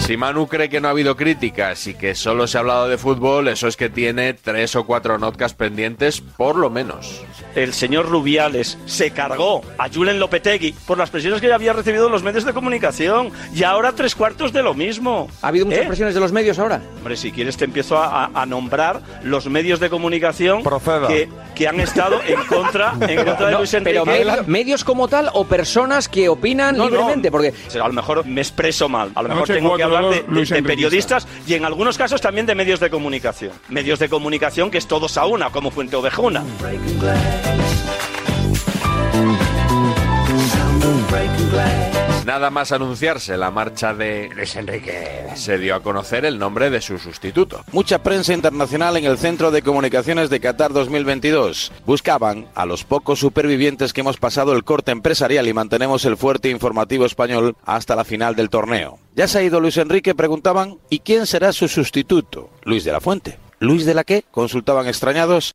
Speaker 2: Si Manu cree que no ha habido críticas y que solo se ha hablado de fútbol, eso es que tiene tres o cuatro notcas pendientes, por lo menos.
Speaker 5: El señor Rubiales se cargó a Julen Lopetegui por las presiones que había recibido en los medios de comunicación y ahora tres cuartos de lo mismo. ¿Eh?
Speaker 27: ¿Ha habido
Speaker 30: ¿Eh?
Speaker 27: muchas presiones de los medios ahora?
Speaker 5: Hombre, si quieres te empiezo a, a- a nombrar los medios de comunicación que
Speaker 30: que han estado en contra, en contra de
Speaker 27: No,
Speaker 30: Luis Enrique.
Speaker 27: pero medio- medios como tal o personas que opinan
Speaker 30: No, no.
Speaker 27: libremente, porque
Speaker 30: O sea, a lo mejor me expreso mal, a lo mejor
Speaker 27: Anoche
Speaker 30: tengo que
Speaker 27: cuatro
Speaker 30: hablar de,
Speaker 27: dos,
Speaker 30: de-
Speaker 27: Luis
Speaker 30: de
Speaker 27: Enriquista.
Speaker 30: periodistas y en algunos casos también de medios de comunicación. Medios de comunicación que es todos a una, como Fuente Ovejuna.
Speaker 2: Nada más anunciarse la marcha de Luis Enrique, se dio a conocer el nombre de su sustituto.
Speaker 31: Mucha prensa internacional en el Centro de Comunicaciones de Qatar 2022. Buscaban a los pocos supervivientes que hemos pasado el corte empresarial y mantenemos el fuerte informativo español hasta la final del torneo. Ya se ha ido Luis Enrique, preguntaban, ¿y quién será su sustituto? Luis de la Fuente. ¿Luis de la qué? Consultaban extrañados.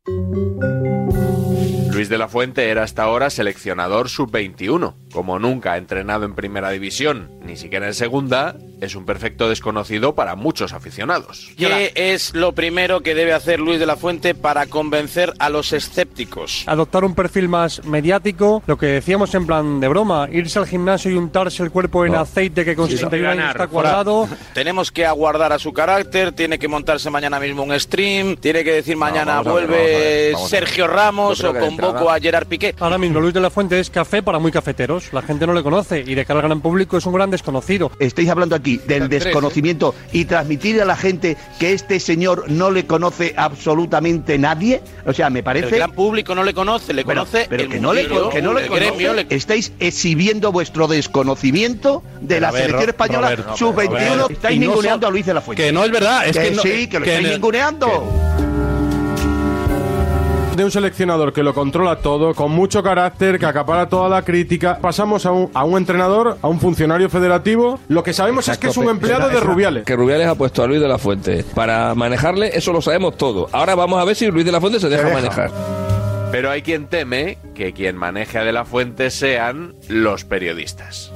Speaker 2: Luis de la Fuente era hasta ahora seleccionador sub-21. Como nunca ha entrenado en primera división, ni siquiera en segunda, es un perfecto desconocido para muchos aficionados.
Speaker 31: ¿Qué es lo primero que debe hacer Luis de la Fuente para convencer a los escépticos?
Speaker 32: Adoptar un perfil más mediático, lo que decíamos en plan de broma, irse al gimnasio y untarse el cuerpo en aceite que con 61 años está cuadrado.
Speaker 31: Tenemos que aguardar a su carácter, tiene que montarse mañana mismo un stream, tiene que decir mañana
Speaker 32: vamos a ver,
Speaker 31: vuelve
Speaker 32: vamos a ver, vamos a ver.
Speaker 31: Sergio Ramos
Speaker 32: Yo creo
Speaker 31: o
Speaker 32: que de
Speaker 31: convoco
Speaker 32: entrada-
Speaker 31: a Gerard Piqué.
Speaker 32: Ahora mismo Luis de la Fuente es café para muy cafeteros, la gente no le conoce y de cara al gran público es un gran desconocido.
Speaker 11: Estáis hablando aquí del
Speaker 31: ¿eh?
Speaker 11: desconocimiento y transmitir a la gente que este señor no le conoce absolutamente nadie. O sea, me
Speaker 31: El
Speaker 11: parece
Speaker 31: gran público no le conoce, le
Speaker 11: Pero-
Speaker 31: conoce
Speaker 11: pero
Speaker 31: el
Speaker 11: que no le,
Speaker 31: mundillo,
Speaker 11: que no le
Speaker 31: el gremio, le-
Speaker 11: conoce. Estáis exhibiendo vuestro desconocimiento de
Speaker 31: Pero
Speaker 11: la
Speaker 31: a ver,
Speaker 11: selección
Speaker 31: Ro-
Speaker 11: española
Speaker 31: Roberto,
Speaker 11: sub-21.
Speaker 31: Roberto,
Speaker 11: Estáis
Speaker 31: y no
Speaker 11: ninguneando
Speaker 31: so-
Speaker 11: a Luis de la Fuente.
Speaker 31: que no es verdad, es que no-
Speaker 11: sí, que lo
Speaker 31: que
Speaker 11: estáis
Speaker 31: no-
Speaker 11: ninguneando.
Speaker 13: De un seleccionador que lo controla todo, con mucho carácter, que acapara toda la crítica, pasamos a un, a un entrenador, a un funcionario federativo. Lo que sabemos es que es un empleado de Rubiales.
Speaker 16: Que Rubiales ha puesto a Luis de la Fuente. Para manejarle, eso lo sabemos todo. Ahora vamos a ver si Luis de la Fuente se deja, manejar.
Speaker 2: Pero hay quien teme que quien maneje a De la Fuente sean los periodistas.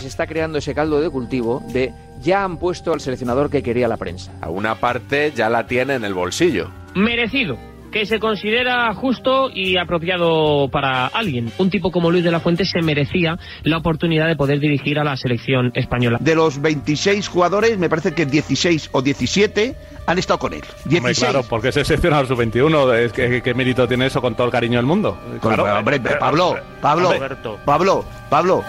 Speaker 27: se está creando ese caldo de cultivo de ya han puesto al seleccionador que quería la prensa.
Speaker 2: A una parte ya la tiene en el bolsillo.
Speaker 17: merecido, que se considera justo y apropiado para alguien. Un tipo como Luis de la Fuente se merecía la oportunidad de poder dirigir a la selección española.
Speaker 11: De los 26 jugadores, me parece que 16 o 17 han estado con él. 16.
Speaker 29: Hombre, claro, porque es excepcional sub-21. Es que- ¿Qué, mérito tiene eso con todo el cariño del mundo?
Speaker 33: Pues,
Speaker 11: Con-
Speaker 29: Claro,
Speaker 11: hombre,
Speaker 29: eh,
Speaker 11: Pablo,
Speaker 29: eh,
Speaker 11: Pablo,
Speaker 29: hombre,
Speaker 11: Pablo, Pablo.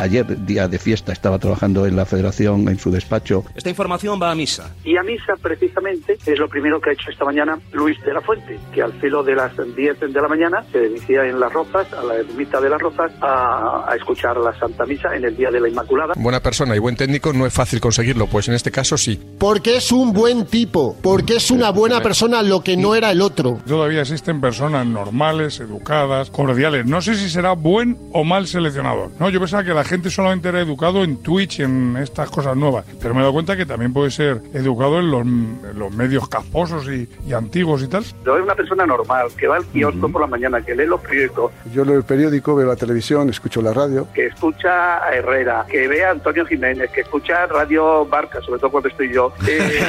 Speaker 11: Ayer, día de fiesta, estaba trabajando en la federación, en su despacho.
Speaker 33: Esta información va a misa.
Speaker 5: Y a misa, precisamente, es lo primero que ha hecho esta mañana Luis de la Fuente, que al filo de las 10 de la mañana se dirigía en Las Rozas, a la ermita de Las Rozas, a, a escuchar la Santa Misa en el Día de la Inmaculada.
Speaker 12: Buena persona y buen técnico no es fácil conseguirlo, pues en este caso sí.
Speaker 28: Porque es un buen tipo, porque es una buena persona lo que no era el otro.
Speaker 25: Todavía existen personas normales, educadas, cordiales. No sé si será buen o mal seleccionador. No, yo pensaba que la gente solamente era educado en Twitch y en estas cosas nuevas. Pero me he dado cuenta que también puede ser educado en los, en los medios casposos y, y antiguos y tal.
Speaker 5: Pero es una persona normal, que va al kiosco por la mañana, que lee los periódicos,
Speaker 12: Yo leo el periódico, veo la televisión, escucho la radio.
Speaker 5: que escucha a Herrera, que ve a Antonio Jiménez, que escucha Radio Barca, sobre todo cuando estoy yo. Eh,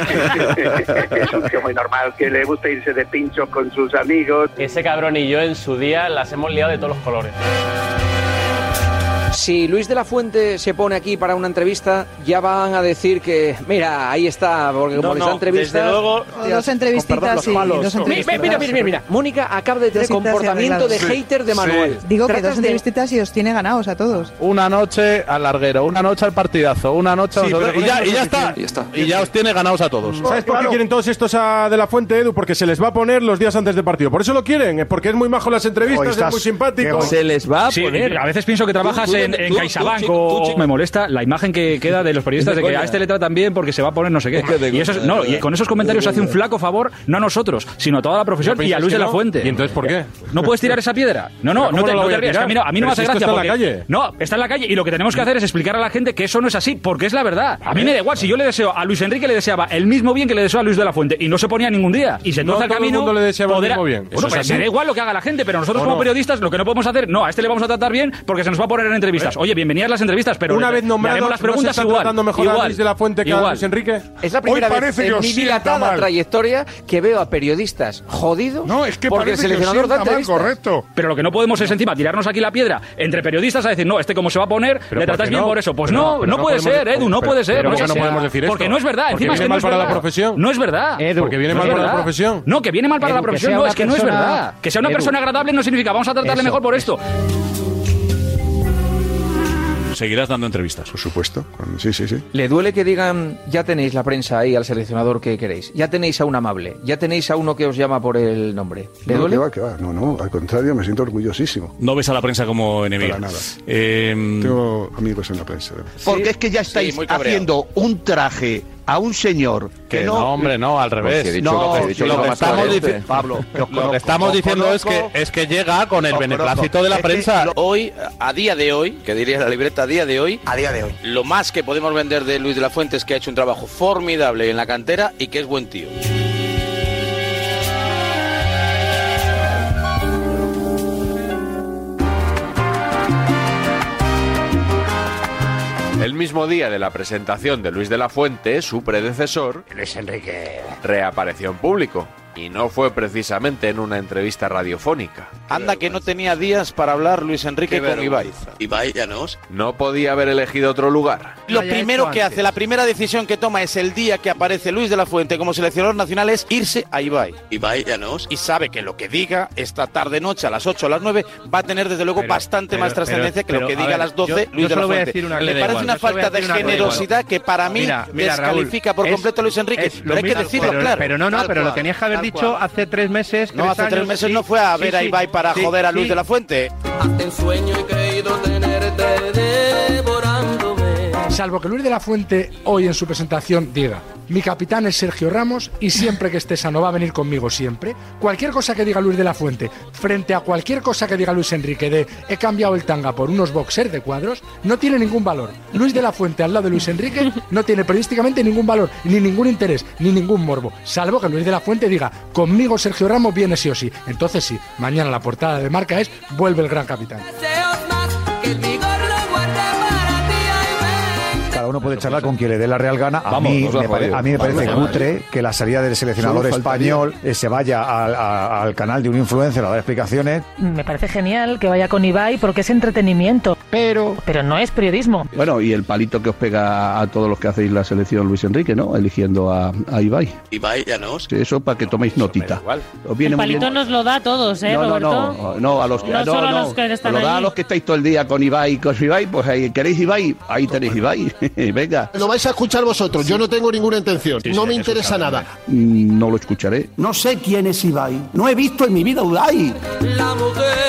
Speaker 5: es un tío muy normal, que le gusta irse de pincho con sus amigos.
Speaker 34: Ese cabrón y yo en su día las hemos liado de todos los colores.
Speaker 27: Si Luis de la Fuente se pone aquí para una entrevista, ya van a decir que, mira, ahí está, porque como
Speaker 30: No,
Speaker 27: les
Speaker 30: no,
Speaker 27: da entrevistas...
Speaker 30: desde luego-
Speaker 27: Con
Speaker 35: Dos entrevistitas
Speaker 27: perdón, los
Speaker 35: y-
Speaker 27: palos.
Speaker 35: dos entrevistas.
Speaker 27: Mi- Mira, mira, mira, mira. Mónica acaba de tener
Speaker 35: Dos citas
Speaker 27: comportamiento de
Speaker 35: arregladas.
Speaker 27: hater de Manuel.
Speaker 35: Digo que
Speaker 27: Tratas
Speaker 35: dos
Speaker 27: de-
Speaker 35: entrevistitas y os tiene ganados a todos.
Speaker 29: Una noche al larguero, una noche al partidazo, una noche a
Speaker 12: Sí,
Speaker 29: nosotros-
Speaker 12: pero
Speaker 29: y,
Speaker 12: con
Speaker 29: ya,
Speaker 12: eso
Speaker 29: y ya
Speaker 12: es
Speaker 29: está.
Speaker 12: suficiente.
Speaker 29: Y ya os tiene ganados a
Speaker 11: Oh,
Speaker 29: todos.
Speaker 12: ¿Sabes por qué quieren todos estos a De La Fuente, Edu? Porque se les va a poner los días antes del partido. Por eso lo quieren,
Speaker 13: eh,
Speaker 12: es porque es muy majo en las entrevistas, es muy simpático.
Speaker 6: Sí, A veces pienso que trabajas
Speaker 12: Tú, tú,
Speaker 6: en, en
Speaker 12: tú,
Speaker 6: CaixaBank
Speaker 12: tú, chico,
Speaker 6: o-
Speaker 12: tú, chico.
Speaker 6: Me molesta la imagen que queda de los
Speaker 12: (laughs)
Speaker 6: periodistas
Speaker 12: Es de
Speaker 6: de que
Speaker 12: coña.
Speaker 6: a este le tratan bien porque se va a poner no sé qué.
Speaker 12: Es de
Speaker 6: Y, eso es-
Speaker 12: coña,
Speaker 6: no,
Speaker 12: es de
Speaker 6: y con esos
Speaker 12: coña.
Speaker 6: comentarios
Speaker 12: Es de
Speaker 6: hace un
Speaker 12: coña.
Speaker 6: flaco favor, no a nosotros, sino a toda la profesión y a
Speaker 12: piensas
Speaker 6: Luis
Speaker 12: que
Speaker 6: de la
Speaker 12: no?
Speaker 6: Fuente.
Speaker 12: ¿Y entonces por qué?
Speaker 6: No puedes tirar esa piedra.
Speaker 12: ¿Pero
Speaker 6: No, no,
Speaker 12: cómo
Speaker 6: no te,
Speaker 12: no la
Speaker 6: no
Speaker 12: voy
Speaker 6: te
Speaker 12: a
Speaker 6: rías.
Speaker 12: tirar?
Speaker 6: que a mí no, a mí
Speaker 12: Pero
Speaker 6: no me
Speaker 12: si
Speaker 6: hace
Speaker 12: esto
Speaker 6: gracia.
Speaker 12: está en la
Speaker 6: porque-
Speaker 12: calle.
Speaker 6: No, está en la calle y lo que tenemos que hacer es explicar a la gente que eso no es así, porque es la verdad. A mí me da igual, si yo le deseo a Luis Enrique le deseaba el mismo bien que le deseo a Luis de la Fuente y no se ponía ningún día y se
Speaker 12: No
Speaker 6: torce al
Speaker 12: todo el
Speaker 6: camino.
Speaker 12: mundo le deseaba el mismo bien. Eso
Speaker 6: Bueno,
Speaker 12: es
Speaker 6: pues
Speaker 12: así.
Speaker 6: me da igual lo que haga la gente, pero nosotros
Speaker 12: ¿O
Speaker 6: como
Speaker 12: no?
Speaker 6: periodistas lo que no podemos hacer, no, a este le vamos a tratar bien porque se nos va a poner en entrevista. entrevistas. Oye, bienvenidas las entrevistas, pero
Speaker 36: Una
Speaker 6: le-
Speaker 36: vez
Speaker 6: le
Speaker 36: nombrado,
Speaker 6: haremos
Speaker 36: ¿no
Speaker 6: las
Speaker 36: se
Speaker 6: preguntas
Speaker 36: está tratando
Speaker 6: igual.
Speaker 36: mejor a
Speaker 6: igual,
Speaker 36: Luis de la Fuente que a
Speaker 6: igual.
Speaker 36: Luis Enrique?
Speaker 27: Es la
Speaker 36: Hoy
Speaker 27: primera vez
Speaker 36: parece que
Speaker 27: en
Speaker 36: os
Speaker 27: mi
Speaker 36: sienta
Speaker 27: dilatada
Speaker 36: mal.
Speaker 27: trayectoria que veo a periodistas jodidos porque el seleccionador da entrevistas.
Speaker 6: Pero lo que no podemos es encima tirarnos aquí la piedra entre periodistas a decir, no, este cómo se va a poner,
Speaker 36: Pero
Speaker 6: le
Speaker 36: ¿por
Speaker 6: tratáis
Speaker 36: qué
Speaker 6: bien
Speaker 36: no?
Speaker 6: por eso. Pues
Speaker 36: Pero
Speaker 6: no,
Speaker 36: no,
Speaker 6: no,
Speaker 36: pero no
Speaker 6: puede
Speaker 36: podemos-
Speaker 6: ser, Edu, no
Speaker 36: pero-
Speaker 6: puede ser.
Speaker 36: pero ¿por qué no
Speaker 6: sea.
Speaker 36: podemos decir
Speaker 6: Porque
Speaker 36: esto?
Speaker 6: no es verdad,
Speaker 36: Porque
Speaker 6: encima es
Speaker 36: viene
Speaker 6: que no
Speaker 36: mal
Speaker 6: es
Speaker 36: para la
Speaker 6: verdad.
Speaker 36: profesión.
Speaker 6: No es verdad.
Speaker 36: Edu, Porque viene
Speaker 6: No
Speaker 36: mal
Speaker 6: es
Speaker 36: para la
Speaker 6: verdad.
Speaker 36: profesión.
Speaker 6: No, que viene mal para
Speaker 36: Edu,
Speaker 6: la
Speaker 36: que
Speaker 6: profesión,
Speaker 36: sea
Speaker 6: no,
Speaker 36: una
Speaker 6: es que no es
Speaker 36: persona-
Speaker 6: verdad. Que sea una
Speaker 36: Edu.
Speaker 6: persona agradable no significa vamos a tratarle
Speaker 29: Eso,
Speaker 6: mejor por esto.
Speaker 29: Seguirás dando entrevistas.
Speaker 4: Por supuesto. Cuando- Sí, sí, sí.
Speaker 27: ¿Le duele que digan, ya tenéis la prensa ahí al seleccionador que queréis? Ya tenéis a un amable, ya tenéis a uno que os llama por el nombre. ¿Le
Speaker 4: No,
Speaker 27: duele?
Speaker 4: que
Speaker 12: ah,
Speaker 4: va, que va. No, no, al contrario, me siento orgullosísimo.
Speaker 29: No ves a la prensa como enemiga.
Speaker 4: Para nada.
Speaker 29: Eh,
Speaker 4: Tengo amigos en la prensa. además.
Speaker 5: Porque es que ya estáis
Speaker 4: muy cabreado.
Speaker 5: haciendo un traje a un señor que,
Speaker 4: Que
Speaker 5: no,
Speaker 4: no, hombre, no, al revés. Pues he dicho
Speaker 5: no,
Speaker 4: que- he dicho que
Speaker 5: lo
Speaker 4: no
Speaker 5: que
Speaker 4: más
Speaker 5: estamos
Speaker 4: coherente.
Speaker 5: diciendo, Pablo, que os
Speaker 4: Lo que
Speaker 5: conozco,
Speaker 4: estamos
Speaker 5: os
Speaker 4: diciendo es
Speaker 5: conozco.
Speaker 4: que-
Speaker 37: es que llega con el
Speaker 4: Os
Speaker 37: beneplácito de la
Speaker 4: Es que
Speaker 37: prensa.
Speaker 4: lo-
Speaker 31: Hoy, a día de hoy, que diría la libreta, a día de hoy, a día de hoy, lo más que podemos vender de Luis de la Fuente es que ha hecho un trabajo formidable en la cantera y que es buen tío.
Speaker 2: El mismo día de la presentación de Luis de la Fuente, su predecesor, Luis Enrique, reapareció en público. Y no fue precisamente en una entrevista radiofónica.
Speaker 31: Anda que no tenía días para hablar Luis Enrique con Ibai.
Speaker 2: Ibai Llanos. No podía haber elegido otro lugar.
Speaker 31: Lo primero que hace, la primera decisión que toma es el día que aparece Luis de la Fuente como seleccionador nacional es irse a Ibai. Ibai Llanos. Y sabe que lo que diga esta tarde noche a las 8 o a las 9 va a tener desde luego bastante
Speaker 7: pero-
Speaker 31: más trascendencia que
Speaker 7: pero-
Speaker 31: lo que
Speaker 7: pero,
Speaker 31: diga
Speaker 7: a
Speaker 31: a las
Speaker 7: ver,
Speaker 31: 12
Speaker 7: yo-
Speaker 31: Luis
Speaker 7: yo
Speaker 31: de la
Speaker 7: solo voy a
Speaker 31: Fuente.
Speaker 7: decir una
Speaker 31: Me
Speaker 7: cosa,
Speaker 31: parece
Speaker 7: da
Speaker 31: una
Speaker 7: igual, yo solo voy a
Speaker 31: falta de
Speaker 7: decir una cosa, da
Speaker 31: generosidad que para mí
Speaker 7: Mira, mira, Raúl,
Speaker 31: descalifica por
Speaker 7: es-
Speaker 31: completo a Luis Enrique.
Speaker 7: es lo
Speaker 31: Pero hay que
Speaker 7: mismo-
Speaker 31: decirlo
Speaker 7: pero-
Speaker 31: claro.
Speaker 7: Pero no, no,
Speaker 31: Tal
Speaker 7: pero lo
Speaker 31: cual,
Speaker 7: tenías que haber
Speaker 31: tal
Speaker 7: dicho
Speaker 31: cual.
Speaker 7: hace tres meses.
Speaker 31: No, hace tres
Speaker 7: años,
Speaker 31: meses
Speaker 7: sí,
Speaker 31: no fue a ver
Speaker 7: sí,
Speaker 31: a
Speaker 7: sí,
Speaker 31: Ibai para
Speaker 7: sí,
Speaker 31: joder a Luis
Speaker 7: sí.
Speaker 31: de la Fuente.
Speaker 8: En sueño he creído tenerte devorándome.
Speaker 36: Salvo que Luis de la Fuente hoy en su presentación diga, mi capitán es Sergio Ramos y siempre que esté sano va a venir conmigo siempre. Cualquier cosa que diga Luis de la Fuente frente a cualquier cosa que diga Luis Enrique de he cambiado el tanga por unos boxers de cuadros, no tiene ningún valor. Luis de la Fuente al lado de Luis Enrique no tiene periodísticamente ningún valor, ni ningún interés, ni ningún morbo. Salvo que Luis de la Fuente diga, conmigo Sergio Ramos viene sí o sí. Entonces sí, mañana la portada de marca es vuelve el gran capitán.
Speaker 11: Cada uno puede charlar con quien le dé la real gana. A,
Speaker 16: Vamos,
Speaker 11: mí,
Speaker 16: nos la
Speaker 11: me pare-
Speaker 16: jodió.
Speaker 11: a mí me
Speaker 16: Vamos
Speaker 11: parece
Speaker 16: a ver.
Speaker 11: cutre que la salida del seleccionador
Speaker 16: Solo faltaría.
Speaker 11: español eh, se vaya al, a- al canal de un influencer a dar explicaciones.
Speaker 17: Me parece genial que vaya con Ibai porque es entretenimiento. Pero. Pero no es periodismo.
Speaker 18: Bueno, y el palito que os pega a todos los que hacéis la selección Luis Enrique, ¿no? Eligiendo a, a Ibai.
Speaker 38: Ibai Llanos.
Speaker 18: Eso para que toméis notita. Os viene
Speaker 17: El
Speaker 18: muy bien.
Speaker 17: palito nos lo da a todos, ¿eh,
Speaker 18: No, no,
Speaker 17: Roberto?
Speaker 18: no, no, a los que,
Speaker 17: No
Speaker 18: no,
Speaker 17: solo a
Speaker 18: no,
Speaker 17: los que están
Speaker 18: lo da a
Speaker 17: ahí.
Speaker 18: los que estáis todo el día con Ibai, con Ibai, pues ahí queréis Ibai, ahí
Speaker 20: (laughs)
Speaker 18: tenéis Ibai, venga.
Speaker 28: Lo vais a escuchar vosotros, yo no tengo ninguna intención, no me interesa nada.
Speaker 18: Mm, No lo escucharé.
Speaker 19: No sé quién es Ibai. No he visto en mi vida a Ibai.
Speaker 8: La mujer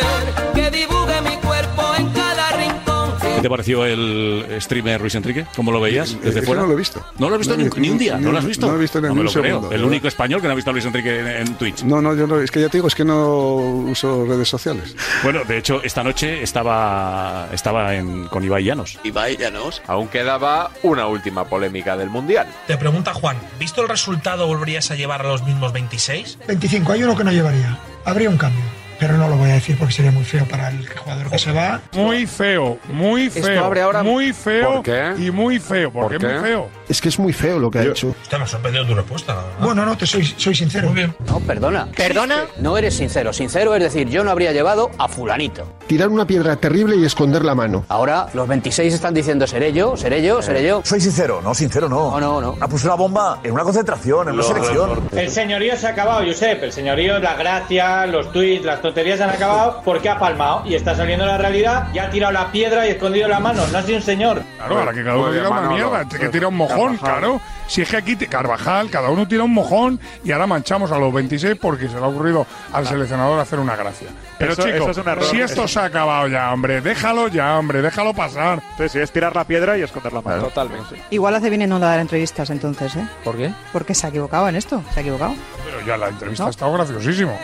Speaker 8: que dibuje mi cuerpo en cada rincón.
Speaker 29: ¿Qué te pareció el streamer Luis Enrique? ¿Cómo lo veías desde
Speaker 4: Eh, eso
Speaker 29: fuera?
Speaker 4: no lo he visto.
Speaker 29: No lo he visto
Speaker 4: No,
Speaker 29: ni,
Speaker 4: ni-
Speaker 29: ni un día.
Speaker 4: ni-
Speaker 29: ¿No lo has
Speaker 4: no-
Speaker 29: visto?
Speaker 4: no lo he visto ni
Speaker 29: me
Speaker 4: un
Speaker 29: lo creo.
Speaker 4: segundo,
Speaker 29: El
Speaker 4: ¿verdad?
Speaker 29: único español que no ha visto a Luis Enrique en, en Twitch.
Speaker 4: No, no, yo no, es que ya te digo, es que no uso redes sociales.
Speaker 29: Bueno, de hecho, esta noche estaba, estaba en- con Ibai Llanos.
Speaker 2: Ibai Llanos. Aún quedaba una última polémica del Mundial.
Speaker 20: Te pregunta Juan, ¿visto el resultado volverías a llevar a los mismos 26?
Speaker 36: 25, hay uno que no llevaría. Habría un cambio. Pero no lo voy a decir porque sería muy feo para el jugador que se va.
Speaker 25: Muy feo, muy
Speaker 36: Esto
Speaker 25: feo.
Speaker 36: abre ahora-
Speaker 25: Muy feo
Speaker 36: ¿Por qué?
Speaker 25: y muy feo, porque
Speaker 28: ¿Por
Speaker 25: es muy
Speaker 28: qué?
Speaker 25: feo.
Speaker 28: Es que es muy feo lo que ha hecho.
Speaker 20: Usted me ha sorprendido tu respuesta.
Speaker 36: Bueno, no, te soy, soy sincero.
Speaker 19: No, perdona. ¿Perdona? No eres sincero. Sincero es decir, yo no habría llevado a fulanito.
Speaker 28: Tirar una piedra terrible y esconder la mano.
Speaker 19: Ahora los 26 están diciendo seré yo, seré yo, seré yo. Soy sincero, no, sincero no. No, no, no. Ha puesto una bomba en una concentración, en una selección.
Speaker 21: El señorío se ha acabado, Josep. El señorío, las gracias, los tuits, las tonterías se han acabado porque ha palmado y está saliendo la realidad y ha tirado la piedra y escondido la mano. No ha sido un señor.
Speaker 25: Claro, ahora que cada uno Muy bien, tira una Manolo. mierda, que tira un mojón, claro. Si es que aquí, te- Carvajal, cada uno tira un mojón y ahora manchamos a los 26 porque se le ha ocurrido al seleccionador hacer una gracia. Pero
Speaker 20: Eso-
Speaker 25: chicos,
Speaker 20: eso es un error.
Speaker 25: si esto se ha acabado ya, hombre, déjalo ya, hombre, déjalo pasar. Entonces, si es tirar la piedra y esconder la mano. Totalmente.
Speaker 35: Igual hace bien en no dar entrevistas entonces, ¿eh?
Speaker 20: ¿Por qué?
Speaker 35: Porque se ha equivocado en esto, se ha equivocado.
Speaker 25: Pero ya la entrevista ha estado graciosísimo.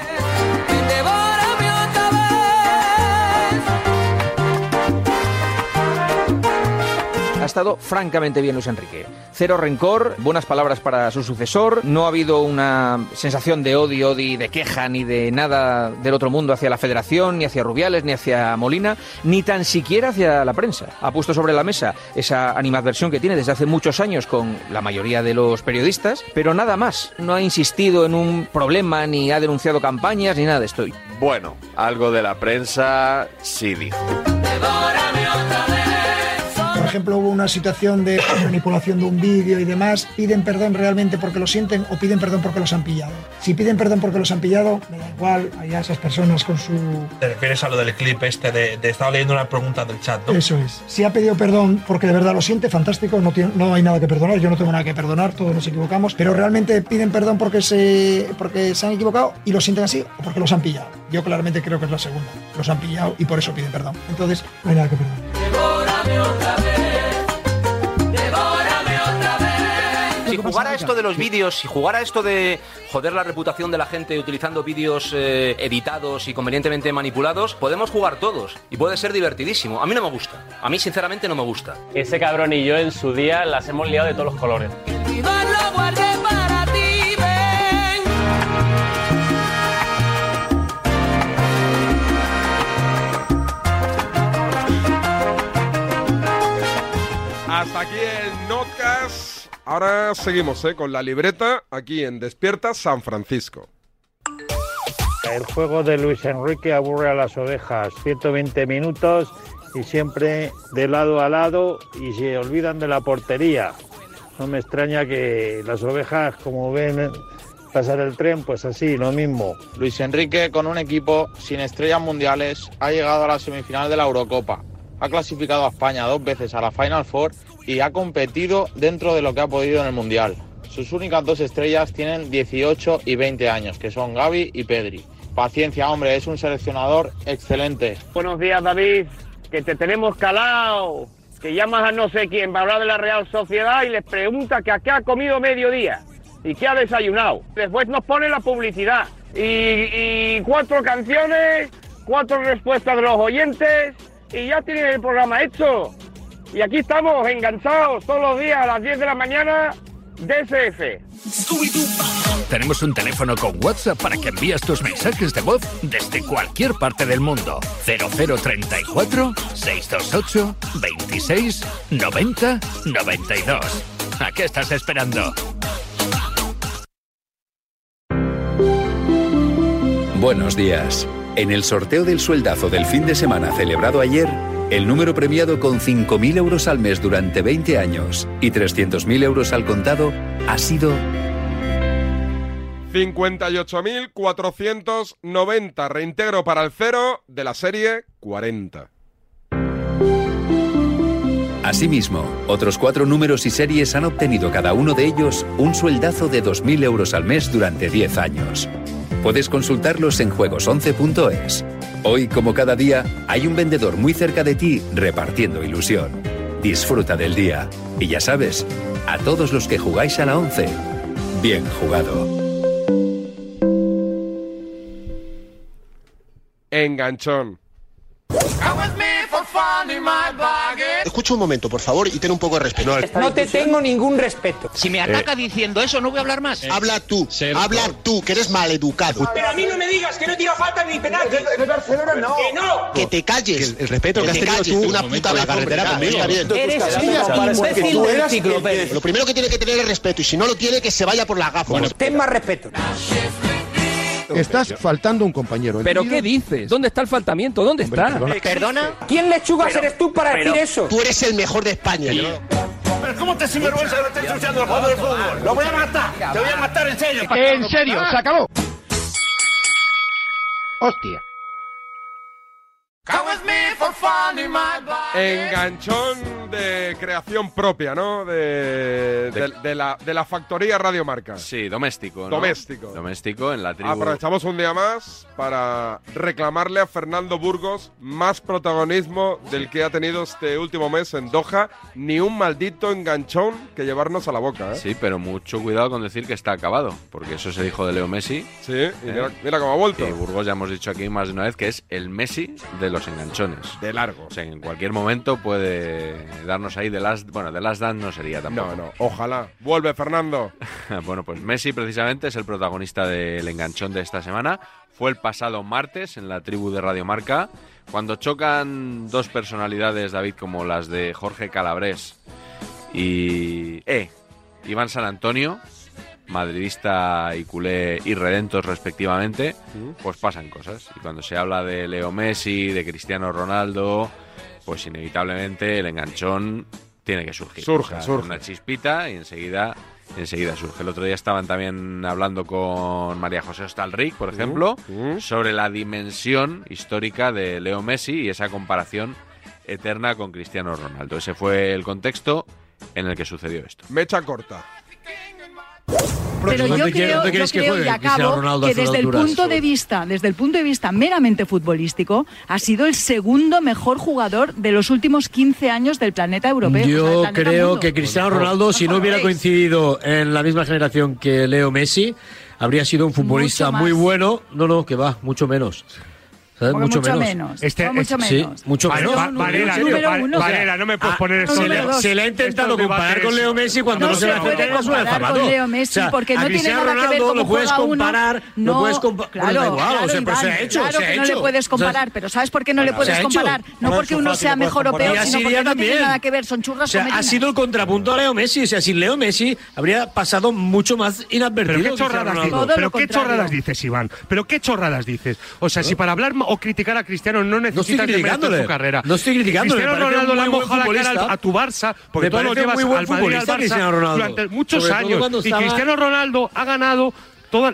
Speaker 27: Ha estado francamente bien Luis Enrique. Cero rencor, buenas palabras para su sucesor. No ha habido una sensación de odio, ni de queja, ni de nada del otro mundo hacia la federación, ni hacia Rubiales, ni hacia Molina, ni tan siquiera hacia la prensa. Ha puesto sobre la mesa esa animadversión que tiene desde hace muchos años con la mayoría de los periodistas, pero nada más. No ha insistido en un problema, ni ha denunciado campañas, ni nada de esto.
Speaker 39: Bueno, algo de la prensa sí dijo.
Speaker 14: Por ejemplo, hubo una situación de (coughs) manipulación de un vídeo y demás. ¿Piden perdón realmente porque lo sienten o piden perdón porque los han pillado? Si piden perdón porque los han pillado, me da igual, allá esas personas con su...
Speaker 40: Te refieres a lo del clip este de, de- estaba leyendo una pregunta del chat, ¿no?
Speaker 14: Eso es. Si ha pedido perdón porque de verdad lo siente, fantástico, no, tiene- no hay nada que perdonar, yo no tengo nada que perdonar, todos nos equivocamos, pero realmente piden perdón porque se, porque se han equivocado y lo sienten así o porque los han pillado. Yo claramente creo que es la segunda, los han pillado y por eso piden perdón. Entonces, no hay nada que perdonar.
Speaker 41: Si jugara esto de los vídeos, si jugara esto de joder la reputación de la gente utilizando vídeos eh, editados y convenientemente manipulados, podemos jugar todos y puede ser divertidísimo. A mí no me gusta. A mí sinceramente no me gusta.
Speaker 42: Ese cabrón y yo en su día las hemos liado de todos los colores.
Speaker 11: lo guardé para ti, ven.
Speaker 1: Hasta aquí el notcast. Ahora seguimos ¿eh? con la libreta aquí en Despierta San Francisco.
Speaker 5: El juego de Luis Enrique aburre a las ovejas. 120 minutos y siempre de lado a lado y se olvidan de la portería. No me extraña que las ovejas, como ven pasar el tren, pues así, lo mismo.
Speaker 31: Luis Enrique, con un equipo sin estrellas mundiales, ha llegado a la semifinal de la Eurocopa. Ha clasificado a España dos veces a la Final Four y ha competido dentro de lo que ha podido en el Mundial. Sus únicas dos estrellas tienen 18 y 20 años, que son Gaby y Pedri. Paciencia, hombre, es un seleccionador excelente.
Speaker 5: Buenos días, David. Que te tenemos calado. Que llamas a no sé quién para hablar de la Real Sociedad y les pregunta que a qué ha comido mediodía y qué ha desayunado. Después nos pone la publicidad y, y cuatro canciones, cuatro respuestas de los oyentes y ya tienen el programa hecho. Y aquí estamos enganchados todos los días a las 10 de la mañana, DSF.
Speaker 43: Tenemos un teléfono con WhatsApp para que envíes tus mensajes de voz desde cualquier parte del mundo. 0034 628 26 90 92. ¿A qué estás esperando?
Speaker 3: Buenos días. En el sorteo del sueldazo del fin de semana celebrado ayer, el número premiado con 5.000 euros al mes durante 20 años y 300.000 euros al contado ha sido
Speaker 1: 58.490 reintegro para el cero de la serie 40.
Speaker 3: Asimismo, otros cuatro números y series han obtenido cada uno de ellos un sueldazo de 2.000 euros al mes durante 10 años. Puedes consultarlos en juegos11.es. Hoy, como cada día, hay un vendedor muy cerca de ti repartiendo ilusión. Disfruta del día. Y ya sabes, a todos los que jugáis a la 11, bien jugado.
Speaker 1: Enganchón.
Speaker 3: Escucha un momento, por favor, y ten un poco de respeto.
Speaker 28: No te tengo ningún respeto.
Speaker 3: Si me
Speaker 28: ataca
Speaker 3: diciendo eso, no voy a hablar más.
Speaker 44: Eh,
Speaker 3: Habla tú, habla tú, que eres maleducado.
Speaker 44: Pero a mí no me digas que no tira falta ni penalti.
Speaker 3: De Barcelona, eh, no.
Speaker 44: Que no.
Speaker 3: Que te calles. el respeto
Speaker 44: que has tenido tú,
Speaker 3: una
Speaker 44: un
Speaker 3: puta
Speaker 44: momento,
Speaker 3: la carretera
Speaker 44: hombre,
Speaker 3: conmigo.
Speaker 44: ya,
Speaker 3: está bien.
Speaker 44: eres un
Speaker 3: Porque tú
Speaker 44: imbécil del
Speaker 3: eras
Speaker 44: ciclo,
Speaker 3: el que-
Speaker 44: Pérez.
Speaker 3: Lo primero que tiene que tener es respeto y si no lo tiene que se vaya por las gafas.
Speaker 44: ten más respeto.
Speaker 3: Estás
Speaker 28: faltando un compañero.
Speaker 3: ¿Pero
Speaker 28: qué dices? ¿Dónde está el faltamiento? ¿Dónde está?
Speaker 44: ¿Perdona? ¿Quién lechugas eres tú para
Speaker 28: pero-
Speaker 44: decir eso?
Speaker 3: Tú eres el mejor de España.
Speaker 44: Pero ¿cómo te sinvergüenza que lo estés ensuciando el juego del fútbol? ¡Lo voy a matar! ¡Te voy a matar en serio!
Speaker 45: En serio, se acabó.
Speaker 1: Hostia. Enganchón de creación propia, ¿no? De, de- de la, de la factoría Radio Marca.
Speaker 2: Sí, doméstico. ¿no?
Speaker 1: Doméstico.
Speaker 2: Doméstico en la tribu.
Speaker 1: Aprovechamos un día más para reclamarle a Fernando Burgos más protagonismo del que ha tenido este último mes en Doha. Ni un maldito enganchón que llevarnos a la boca, ¿eh?
Speaker 2: Sí, pero mucho cuidado con decir que está acabado, porque eso se dijo de Leo Messi. ¿Eh?
Speaker 1: Sí, y mira- mira cómo ha vuelto.
Speaker 2: Y Burgos ya hemos dicho aquí más de una vez que es el Messi de los enganchones.
Speaker 1: De largo.
Speaker 2: O sea, en cualquier momento puede eh, darnos ahí de las... Bueno, de las Dance no sería tampoco.
Speaker 12: No, no, ojalá. Vuelve Fernando.
Speaker 2: (laughs) bueno, pues Messi precisamente es el protagonista del enganchón de esta semana. Fue el pasado martes en la tribu de Radio Marca, cuando chocan dos personalidades, David, como las de Jorge Calabrés y eh, Iván San Antonio, madridista y culé y redentos respectivamente,
Speaker 12: Mm.
Speaker 2: pues pasan cosas. Y cuando se habla de Leo Messi, de Cristiano Ronaldo, pues inevitablemente el enganchón tiene que surgir.
Speaker 12: Surge, surge.
Speaker 2: Una chispita y enseguida, enseguida surge. El otro día estaban también hablando con María José Ostalric, por ejemplo, sobre la dimensión histórica de Leo Messi y esa comparación eterna con Cristiano Ronaldo. Ese fue el contexto en el que sucedió esto.
Speaker 12: Mecha corta.
Speaker 2: Pues
Speaker 4: Pero yo
Speaker 2: ¿Dónde quiere-
Speaker 4: creo,
Speaker 2: dónde
Speaker 4: yo
Speaker 2: queréis que
Speaker 4: creo
Speaker 2: juegue
Speaker 4: y
Speaker 2: Cristiano
Speaker 4: acabo
Speaker 2: Ronaldo a
Speaker 4: que
Speaker 2: esas
Speaker 4: desde el
Speaker 2: alturas?
Speaker 4: punto de vista, desde el punto de vista meramente futbolístico, ha sido el segundo mejor jugador de los últimos 15 años del planeta europeo. o sea, del
Speaker 5: Yo
Speaker 4: planeta
Speaker 5: creo
Speaker 4: mundo.
Speaker 5: que Cristiano Ronaldo, si no hubiera coincidido en la misma generación que Leo Messi, habría sido un futbolista
Speaker 4: Mucho más.
Speaker 5: muy bueno. No, no, que va, mucho menos. ¿Sabes?
Speaker 4: Porque
Speaker 5: Mucho,
Speaker 4: mucho
Speaker 5: menos.
Speaker 4: menos, Este- fue mucho
Speaker 5: sí,
Speaker 4: menos.
Speaker 5: mucho
Speaker 4: Vale,
Speaker 5: menos.
Speaker 4: va- Número Varela, uno, tío, número Var- uno. Varela, no me puedes
Speaker 5: Ah,
Speaker 4: poner ese
Speaker 5: se
Speaker 4: número
Speaker 5: le,
Speaker 4: dos.
Speaker 5: se le ha intentado
Speaker 4: Estos
Speaker 5: comparar
Speaker 4: debates-
Speaker 5: con Leo Messi cuando no,
Speaker 4: No
Speaker 5: se le
Speaker 4: se puede
Speaker 5: hace es una
Speaker 4: comparar
Speaker 5: zapato.
Speaker 4: con Leo Messi,
Speaker 5: O sea,
Speaker 4: porque no
Speaker 5: a
Speaker 4: tiene
Speaker 5: Cristiano
Speaker 4: nada que ver
Speaker 5: Ronaldo
Speaker 4: cómo
Speaker 5: lo puedes
Speaker 4: juega uno.
Speaker 5: comparar,
Speaker 4: No,
Speaker 5: lo puedes comparar.
Speaker 4: Claro, claro,
Speaker 5: pero se ha
Speaker 4: Iván,
Speaker 5: hecho,
Speaker 4: claro
Speaker 5: se ha
Speaker 4: que no
Speaker 5: hecho.
Speaker 4: le puedes comparar, pero ¿sabes por qué no
Speaker 5: Bueno,
Speaker 4: le puedes
Speaker 5: se ha
Speaker 4: comparar?
Speaker 5: hecho.
Speaker 4: No
Speaker 5: Bueno,
Speaker 4: porque
Speaker 5: es
Speaker 4: uno
Speaker 5: fácil,
Speaker 4: sea
Speaker 5: lo puedes
Speaker 4: mejor o
Speaker 5: comparar.
Speaker 4: peor,
Speaker 5: Y a
Speaker 4: sino porque
Speaker 5: Siria
Speaker 4: no tiene
Speaker 5: también.
Speaker 4: nada que ver, son
Speaker 5: O
Speaker 4: churras
Speaker 5: sea, ha
Speaker 4: medianas.
Speaker 5: sido el contrapunto a Leo Messi. O sea, sin Leo Messi habría pasado mucho más inadvertido.
Speaker 11: Pero qué
Speaker 5: Cristiano
Speaker 11: chorradas,
Speaker 5: Ronaldo.
Speaker 11: digo, pero qué chorradas dices, Iván. Pero qué chorradas dices. O sea, si para hablar ma- o criticar a Cristiano no
Speaker 5: ¿Eh? estoy
Speaker 11: necesitas de mérito en
Speaker 5: criticándole.
Speaker 11: su carrera.
Speaker 5: No estoy criticándole, me
Speaker 11: Cristiano
Speaker 5: parece
Speaker 11: Ronaldo
Speaker 5: un
Speaker 11: le ha
Speaker 5: muy buen
Speaker 11: mojado la cara
Speaker 5: futbolista.
Speaker 11: al- a tu Barça porque
Speaker 5: Me
Speaker 11: tú lo
Speaker 5: parece
Speaker 11: llevas
Speaker 5: muy buen
Speaker 11: al Madrid al
Speaker 5: futbolista, Cristiano
Speaker 11: Barça
Speaker 5: Ronaldo.
Speaker 11: durante muchos
Speaker 5: Sobre todo
Speaker 11: años.
Speaker 5: cuando
Speaker 11: Y
Speaker 5: estaba-
Speaker 11: Cristiano Ronaldo ha ganado toda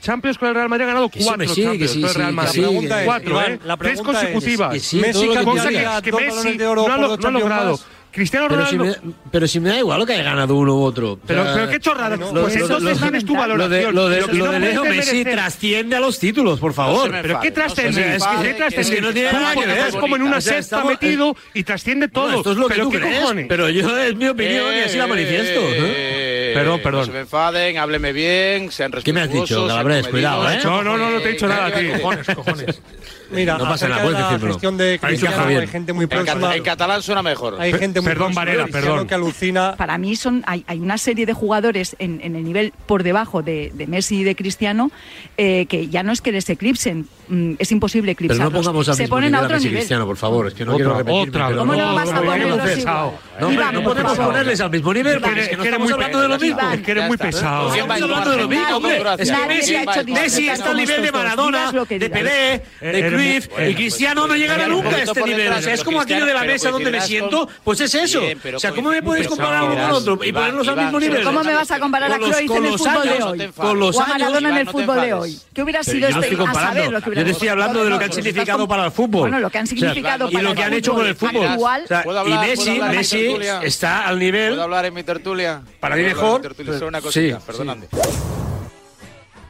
Speaker 11: Champions con el Real Madrid ha ganado
Speaker 5: Que sí,
Speaker 11: cuatro
Speaker 5: que sí,
Speaker 11: Champions
Speaker 5: que sí,
Speaker 11: con el Real
Speaker 5: sí, que
Speaker 11: Madrid.
Speaker 5: sí, La pregunta que- es,
Speaker 11: cuatro,
Speaker 5: Iván,
Speaker 11: ¿eh?
Speaker 5: la
Speaker 11: Tres
Speaker 5: preguntas es-
Speaker 11: consecutivas.
Speaker 5: que sí, todo
Speaker 11: Messi
Speaker 5: lo que
Speaker 11: cosa que,
Speaker 5: había,
Speaker 11: que
Speaker 5: dos
Speaker 11: Messi
Speaker 5: balones de oro
Speaker 11: no ha,
Speaker 5: por dos
Speaker 11: lo- no ha
Speaker 5: Champions
Speaker 11: logrado.
Speaker 5: más.
Speaker 11: Cristiano
Speaker 5: Pero si
Speaker 11: Ronaldo
Speaker 5: me- Pero si me da igual lo que haya ganado uno u otro.
Speaker 11: Pero-
Speaker 5: O sea,
Speaker 11: pero qué chorradas. Pues entonces dame tu
Speaker 5: Lo de,
Speaker 11: valoración.
Speaker 5: lo de-
Speaker 11: Lo que
Speaker 5: lo
Speaker 11: no
Speaker 5: de Leo
Speaker 11: merece,
Speaker 5: Messi
Speaker 11: merece.
Speaker 5: trasciende a los títulos, por
Speaker 11: No
Speaker 5: favor.
Speaker 11: se me Pero qué enfade, no se me
Speaker 5: trascendencia.
Speaker 11: enfade,
Speaker 5: Es que-
Speaker 11: que-
Speaker 5: Es que no tiene
Speaker 11: Estamos
Speaker 5: nada que
Speaker 11: porque
Speaker 5: ver.
Speaker 11: estás como en una
Speaker 5: O sea,
Speaker 11: cesta
Speaker 5: estamos-
Speaker 11: metido y trasciende todo.
Speaker 5: Bueno, esto es lo que
Speaker 11: pero
Speaker 5: tú
Speaker 11: qué
Speaker 5: crees,
Speaker 11: cojones.
Speaker 5: pero yo- es mi opinión y
Speaker 31: Eh,
Speaker 5: así la
Speaker 31: eh,
Speaker 5: manifiesto,
Speaker 31: eh,
Speaker 5: ¿eh?
Speaker 31: eh,
Speaker 5: Perdón,
Speaker 31: eh,
Speaker 5: perdón.
Speaker 31: No se me enfaden, hábleme bien, sean respetuosos.
Speaker 5: ¿Qué me has dicho,
Speaker 31: sean
Speaker 5: Calabres? Cuidado, ¿eh?
Speaker 31: comedidos.
Speaker 5: No, no, no, no te he dicho nada a ti.
Speaker 31: Cojones,
Speaker 17: cojones. Mira,
Speaker 5: No pasa nada,
Speaker 17: acerca de
Speaker 5: puedes
Speaker 17: la
Speaker 5: decírmelo.
Speaker 17: gestión de
Speaker 5: Ha dicho
Speaker 17: Cristiano,
Speaker 5: Javier.
Speaker 17: hay gente muy
Speaker 5: En cata-
Speaker 17: próxima.
Speaker 31: En catalán suena mejor.
Speaker 17: Hay gente muy próxima de Cristiano que alucina.
Speaker 4: Para mí son hay, hay una serie de jugadores en, en el nivel por debajo de, de Messi y de Cristiano eh, que ya no es que les eclipsen, mm, es imposible
Speaker 5: Pero no
Speaker 4: eclipsarlos.
Speaker 5: pongamos al
Speaker 4: Se
Speaker 5: mismo
Speaker 4: ponen a
Speaker 5: nivel a
Speaker 4: otro
Speaker 5: Messi y
Speaker 4: nivel.
Speaker 5: Cristiano, por favor. Es que no
Speaker 11: Otra-
Speaker 5: quiero repetirme.
Speaker 11: otra,
Speaker 5: pero
Speaker 11: ¿cómo no vas a
Speaker 5: no,
Speaker 11: ponerlos
Speaker 5: no, no,
Speaker 11: igual?
Speaker 5: No, hombre,
Speaker 11: Iván,
Speaker 5: no
Speaker 11: muy
Speaker 5: podemos
Speaker 11: pesado.
Speaker 5: ponerles al mismo nivel
Speaker 11: Iván,
Speaker 5: porque es
Speaker 11: es
Speaker 5: que no
Speaker 11: que eres
Speaker 5: estamos
Speaker 11: muy
Speaker 5: hablando de lo mismo.
Speaker 11: pesado, es que eres muy
Speaker 5: Ya está.
Speaker 11: pesado.
Speaker 5: Estamos hablando de lo mismo, hombre. Es que
Speaker 11: Nadie
Speaker 5: Messi,
Speaker 11: ha hecho
Speaker 5: Messi
Speaker 11: discursos
Speaker 5: está al nivel de
Speaker 11: como estos.
Speaker 5: Maradona,
Speaker 11: Digas lo que
Speaker 5: de
Speaker 11: digas.
Speaker 5: Pelé, de
Speaker 11: Eres muy-
Speaker 5: Cruyff
Speaker 11: bueno,
Speaker 5: y Cristiano no llegará
Speaker 11: eres un
Speaker 5: nunca a
Speaker 11: poquito
Speaker 5: este
Speaker 11: por
Speaker 5: nivel.
Speaker 11: detrás
Speaker 5: O sea,
Speaker 11: de
Speaker 5: es como aquello de la
Speaker 11: Cristiano,
Speaker 5: mesa
Speaker 11: pero
Speaker 5: donde me
Speaker 11: coincidirás
Speaker 5: siento,
Speaker 11: con-
Speaker 5: pues es eso.
Speaker 11: Bien, pero
Speaker 5: O sea, ¿cómo me
Speaker 11: coincidirás
Speaker 5: puedes
Speaker 11: con
Speaker 5: comparar uno con
Speaker 11: Iván,
Speaker 5: otro y
Speaker 11: Iván,
Speaker 5: ponerlos al mismo nivel?
Speaker 4: ¿Cómo me vas a comparar a
Speaker 5: Con los-
Speaker 4: Cruyff
Speaker 5: con
Speaker 4: en el
Speaker 5: los
Speaker 4: fútbol de
Speaker 5: años,
Speaker 4: hoy?
Speaker 5: con los
Speaker 4: o a
Speaker 5: años,
Speaker 4: Maradona en
Speaker 5: Iván,
Speaker 4: el
Speaker 5: no te
Speaker 4: fútbol de
Speaker 5: enfades.
Speaker 4: hoy. ¿Qué hubiera
Speaker 5: Pero yo no
Speaker 4: sido este?
Speaker 5: estoy
Speaker 4: a
Speaker 5: comparando.
Speaker 4: saber lo que
Speaker 5: yo te
Speaker 4: hubiéramos
Speaker 5: estoy hablando de lo que han
Speaker 4: todos.
Speaker 5: significado para el fútbol.
Speaker 4: pues Bueno, lo que han
Speaker 5: O sea,
Speaker 4: significado
Speaker 5: y
Speaker 4: para
Speaker 5: lo
Speaker 4: el
Speaker 5: que han hecho con el
Speaker 4: fútbol
Speaker 5: fútbol.
Speaker 4: actual.
Speaker 5: O sea,
Speaker 31: ¿Puedo
Speaker 5: y
Speaker 31: hablar- puedo
Speaker 5: Messi,
Speaker 31: hablar en mi
Speaker 5: Messi
Speaker 31: tertulia?
Speaker 5: está al nivel.
Speaker 31: ¿Puedo hablar en mi tertulia?
Speaker 5: Para mí
Speaker 31: ¿Puedo hablar
Speaker 5: mejor,
Speaker 31: en mi tertulia? Solo una
Speaker 5: sí,
Speaker 31: cosita,
Speaker 5: sí.
Speaker 31: perdóname.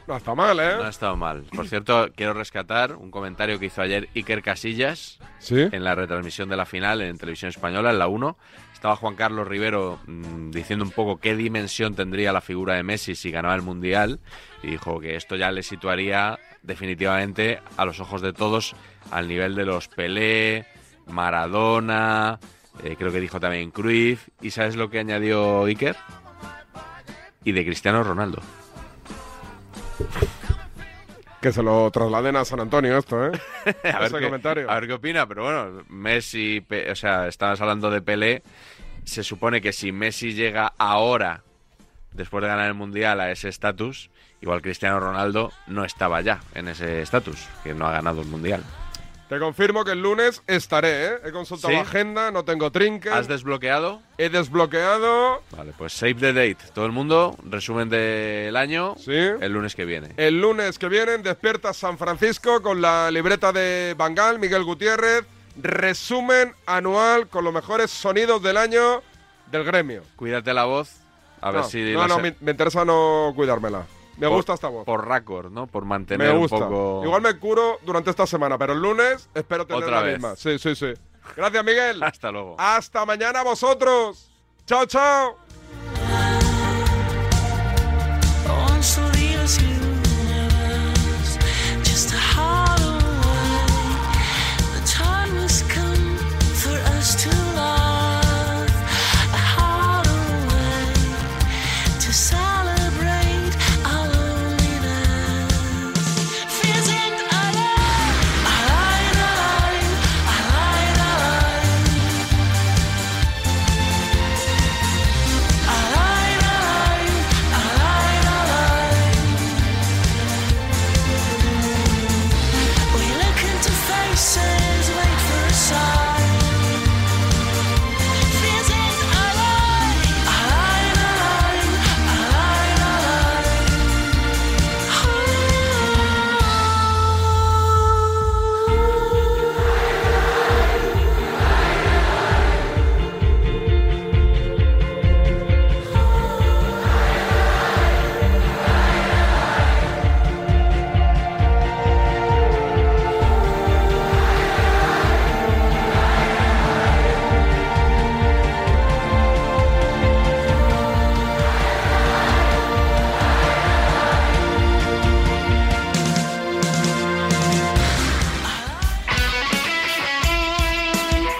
Speaker 12: No ha estado mal, ¿eh?
Speaker 2: No ha estado mal. Por cierto, quiero rescatar un comentario que hizo ayer Iker Casillas en la retransmisión de la final en Televisión Española, en la 1. Estaba Juan Carlos Rivero mm, diciendo un poco qué dimensión tendría la figura de Messi si ganaba el Mundial. Y dijo que esto ya le situaría definitivamente a los ojos de todos al nivel de los Pelé, Maradona, eh, creo que dijo también Cruyff. ¿Y sabes lo que añadió Iker? Y de Cristiano Ronaldo.
Speaker 12: Que se lo trasladen a San Antonio esto,
Speaker 2: (laughs)
Speaker 12: ¿eh?
Speaker 2: a, ver
Speaker 12: Ese
Speaker 2: qué, a ver qué opina, pero bueno, Messi, Pe- o sea, estabas hablando de Pelé. Se supone que si Messi llega ahora, después de ganar el Mundial, a ese estatus, igual Cristiano Ronaldo no estaba ya en ese estatus, que no ha ganado el Mundial.
Speaker 12: Te confirmo que el lunes estaré, ¿eh? He consultado
Speaker 2: ¿Sí?
Speaker 12: agenda, no tengo trinques. ¿Has
Speaker 2: desbloqueado?
Speaker 12: He desbloqueado.
Speaker 2: Vale, pues save the date. Todo el mundo, resumen del año, el lunes que viene.
Speaker 12: El lunes que viene despierta San Francisco con la libreta de Bangal, Miguel Gutiérrez. Resumen anual con los mejores sonidos del año del gremio.
Speaker 2: Cuídate la voz, a ver
Speaker 12: No,
Speaker 2: si...
Speaker 12: No,
Speaker 2: la
Speaker 12: no,
Speaker 2: se-
Speaker 12: me, me interesa no cuidármela. Me
Speaker 2: por-
Speaker 12: gusta esta voz.
Speaker 2: Por récord, ¿no? Por mantener
Speaker 12: Me gusta.
Speaker 2: un poco...
Speaker 12: Igual me curo durante esta semana, pero el lunes espero tener
Speaker 2: Otra
Speaker 12: la
Speaker 2: vez.
Speaker 12: misma. Sí, sí, sí. Gracias, Miguel.
Speaker 2: Hasta luego.
Speaker 12: Hasta mañana vosotros. Chao, chao.
Speaker 8: On Salinas universe, just a hollow away. The time has come for us to love.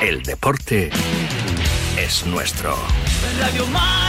Speaker 46: El deporte es nuestro.
Speaker 5: Radio Marca.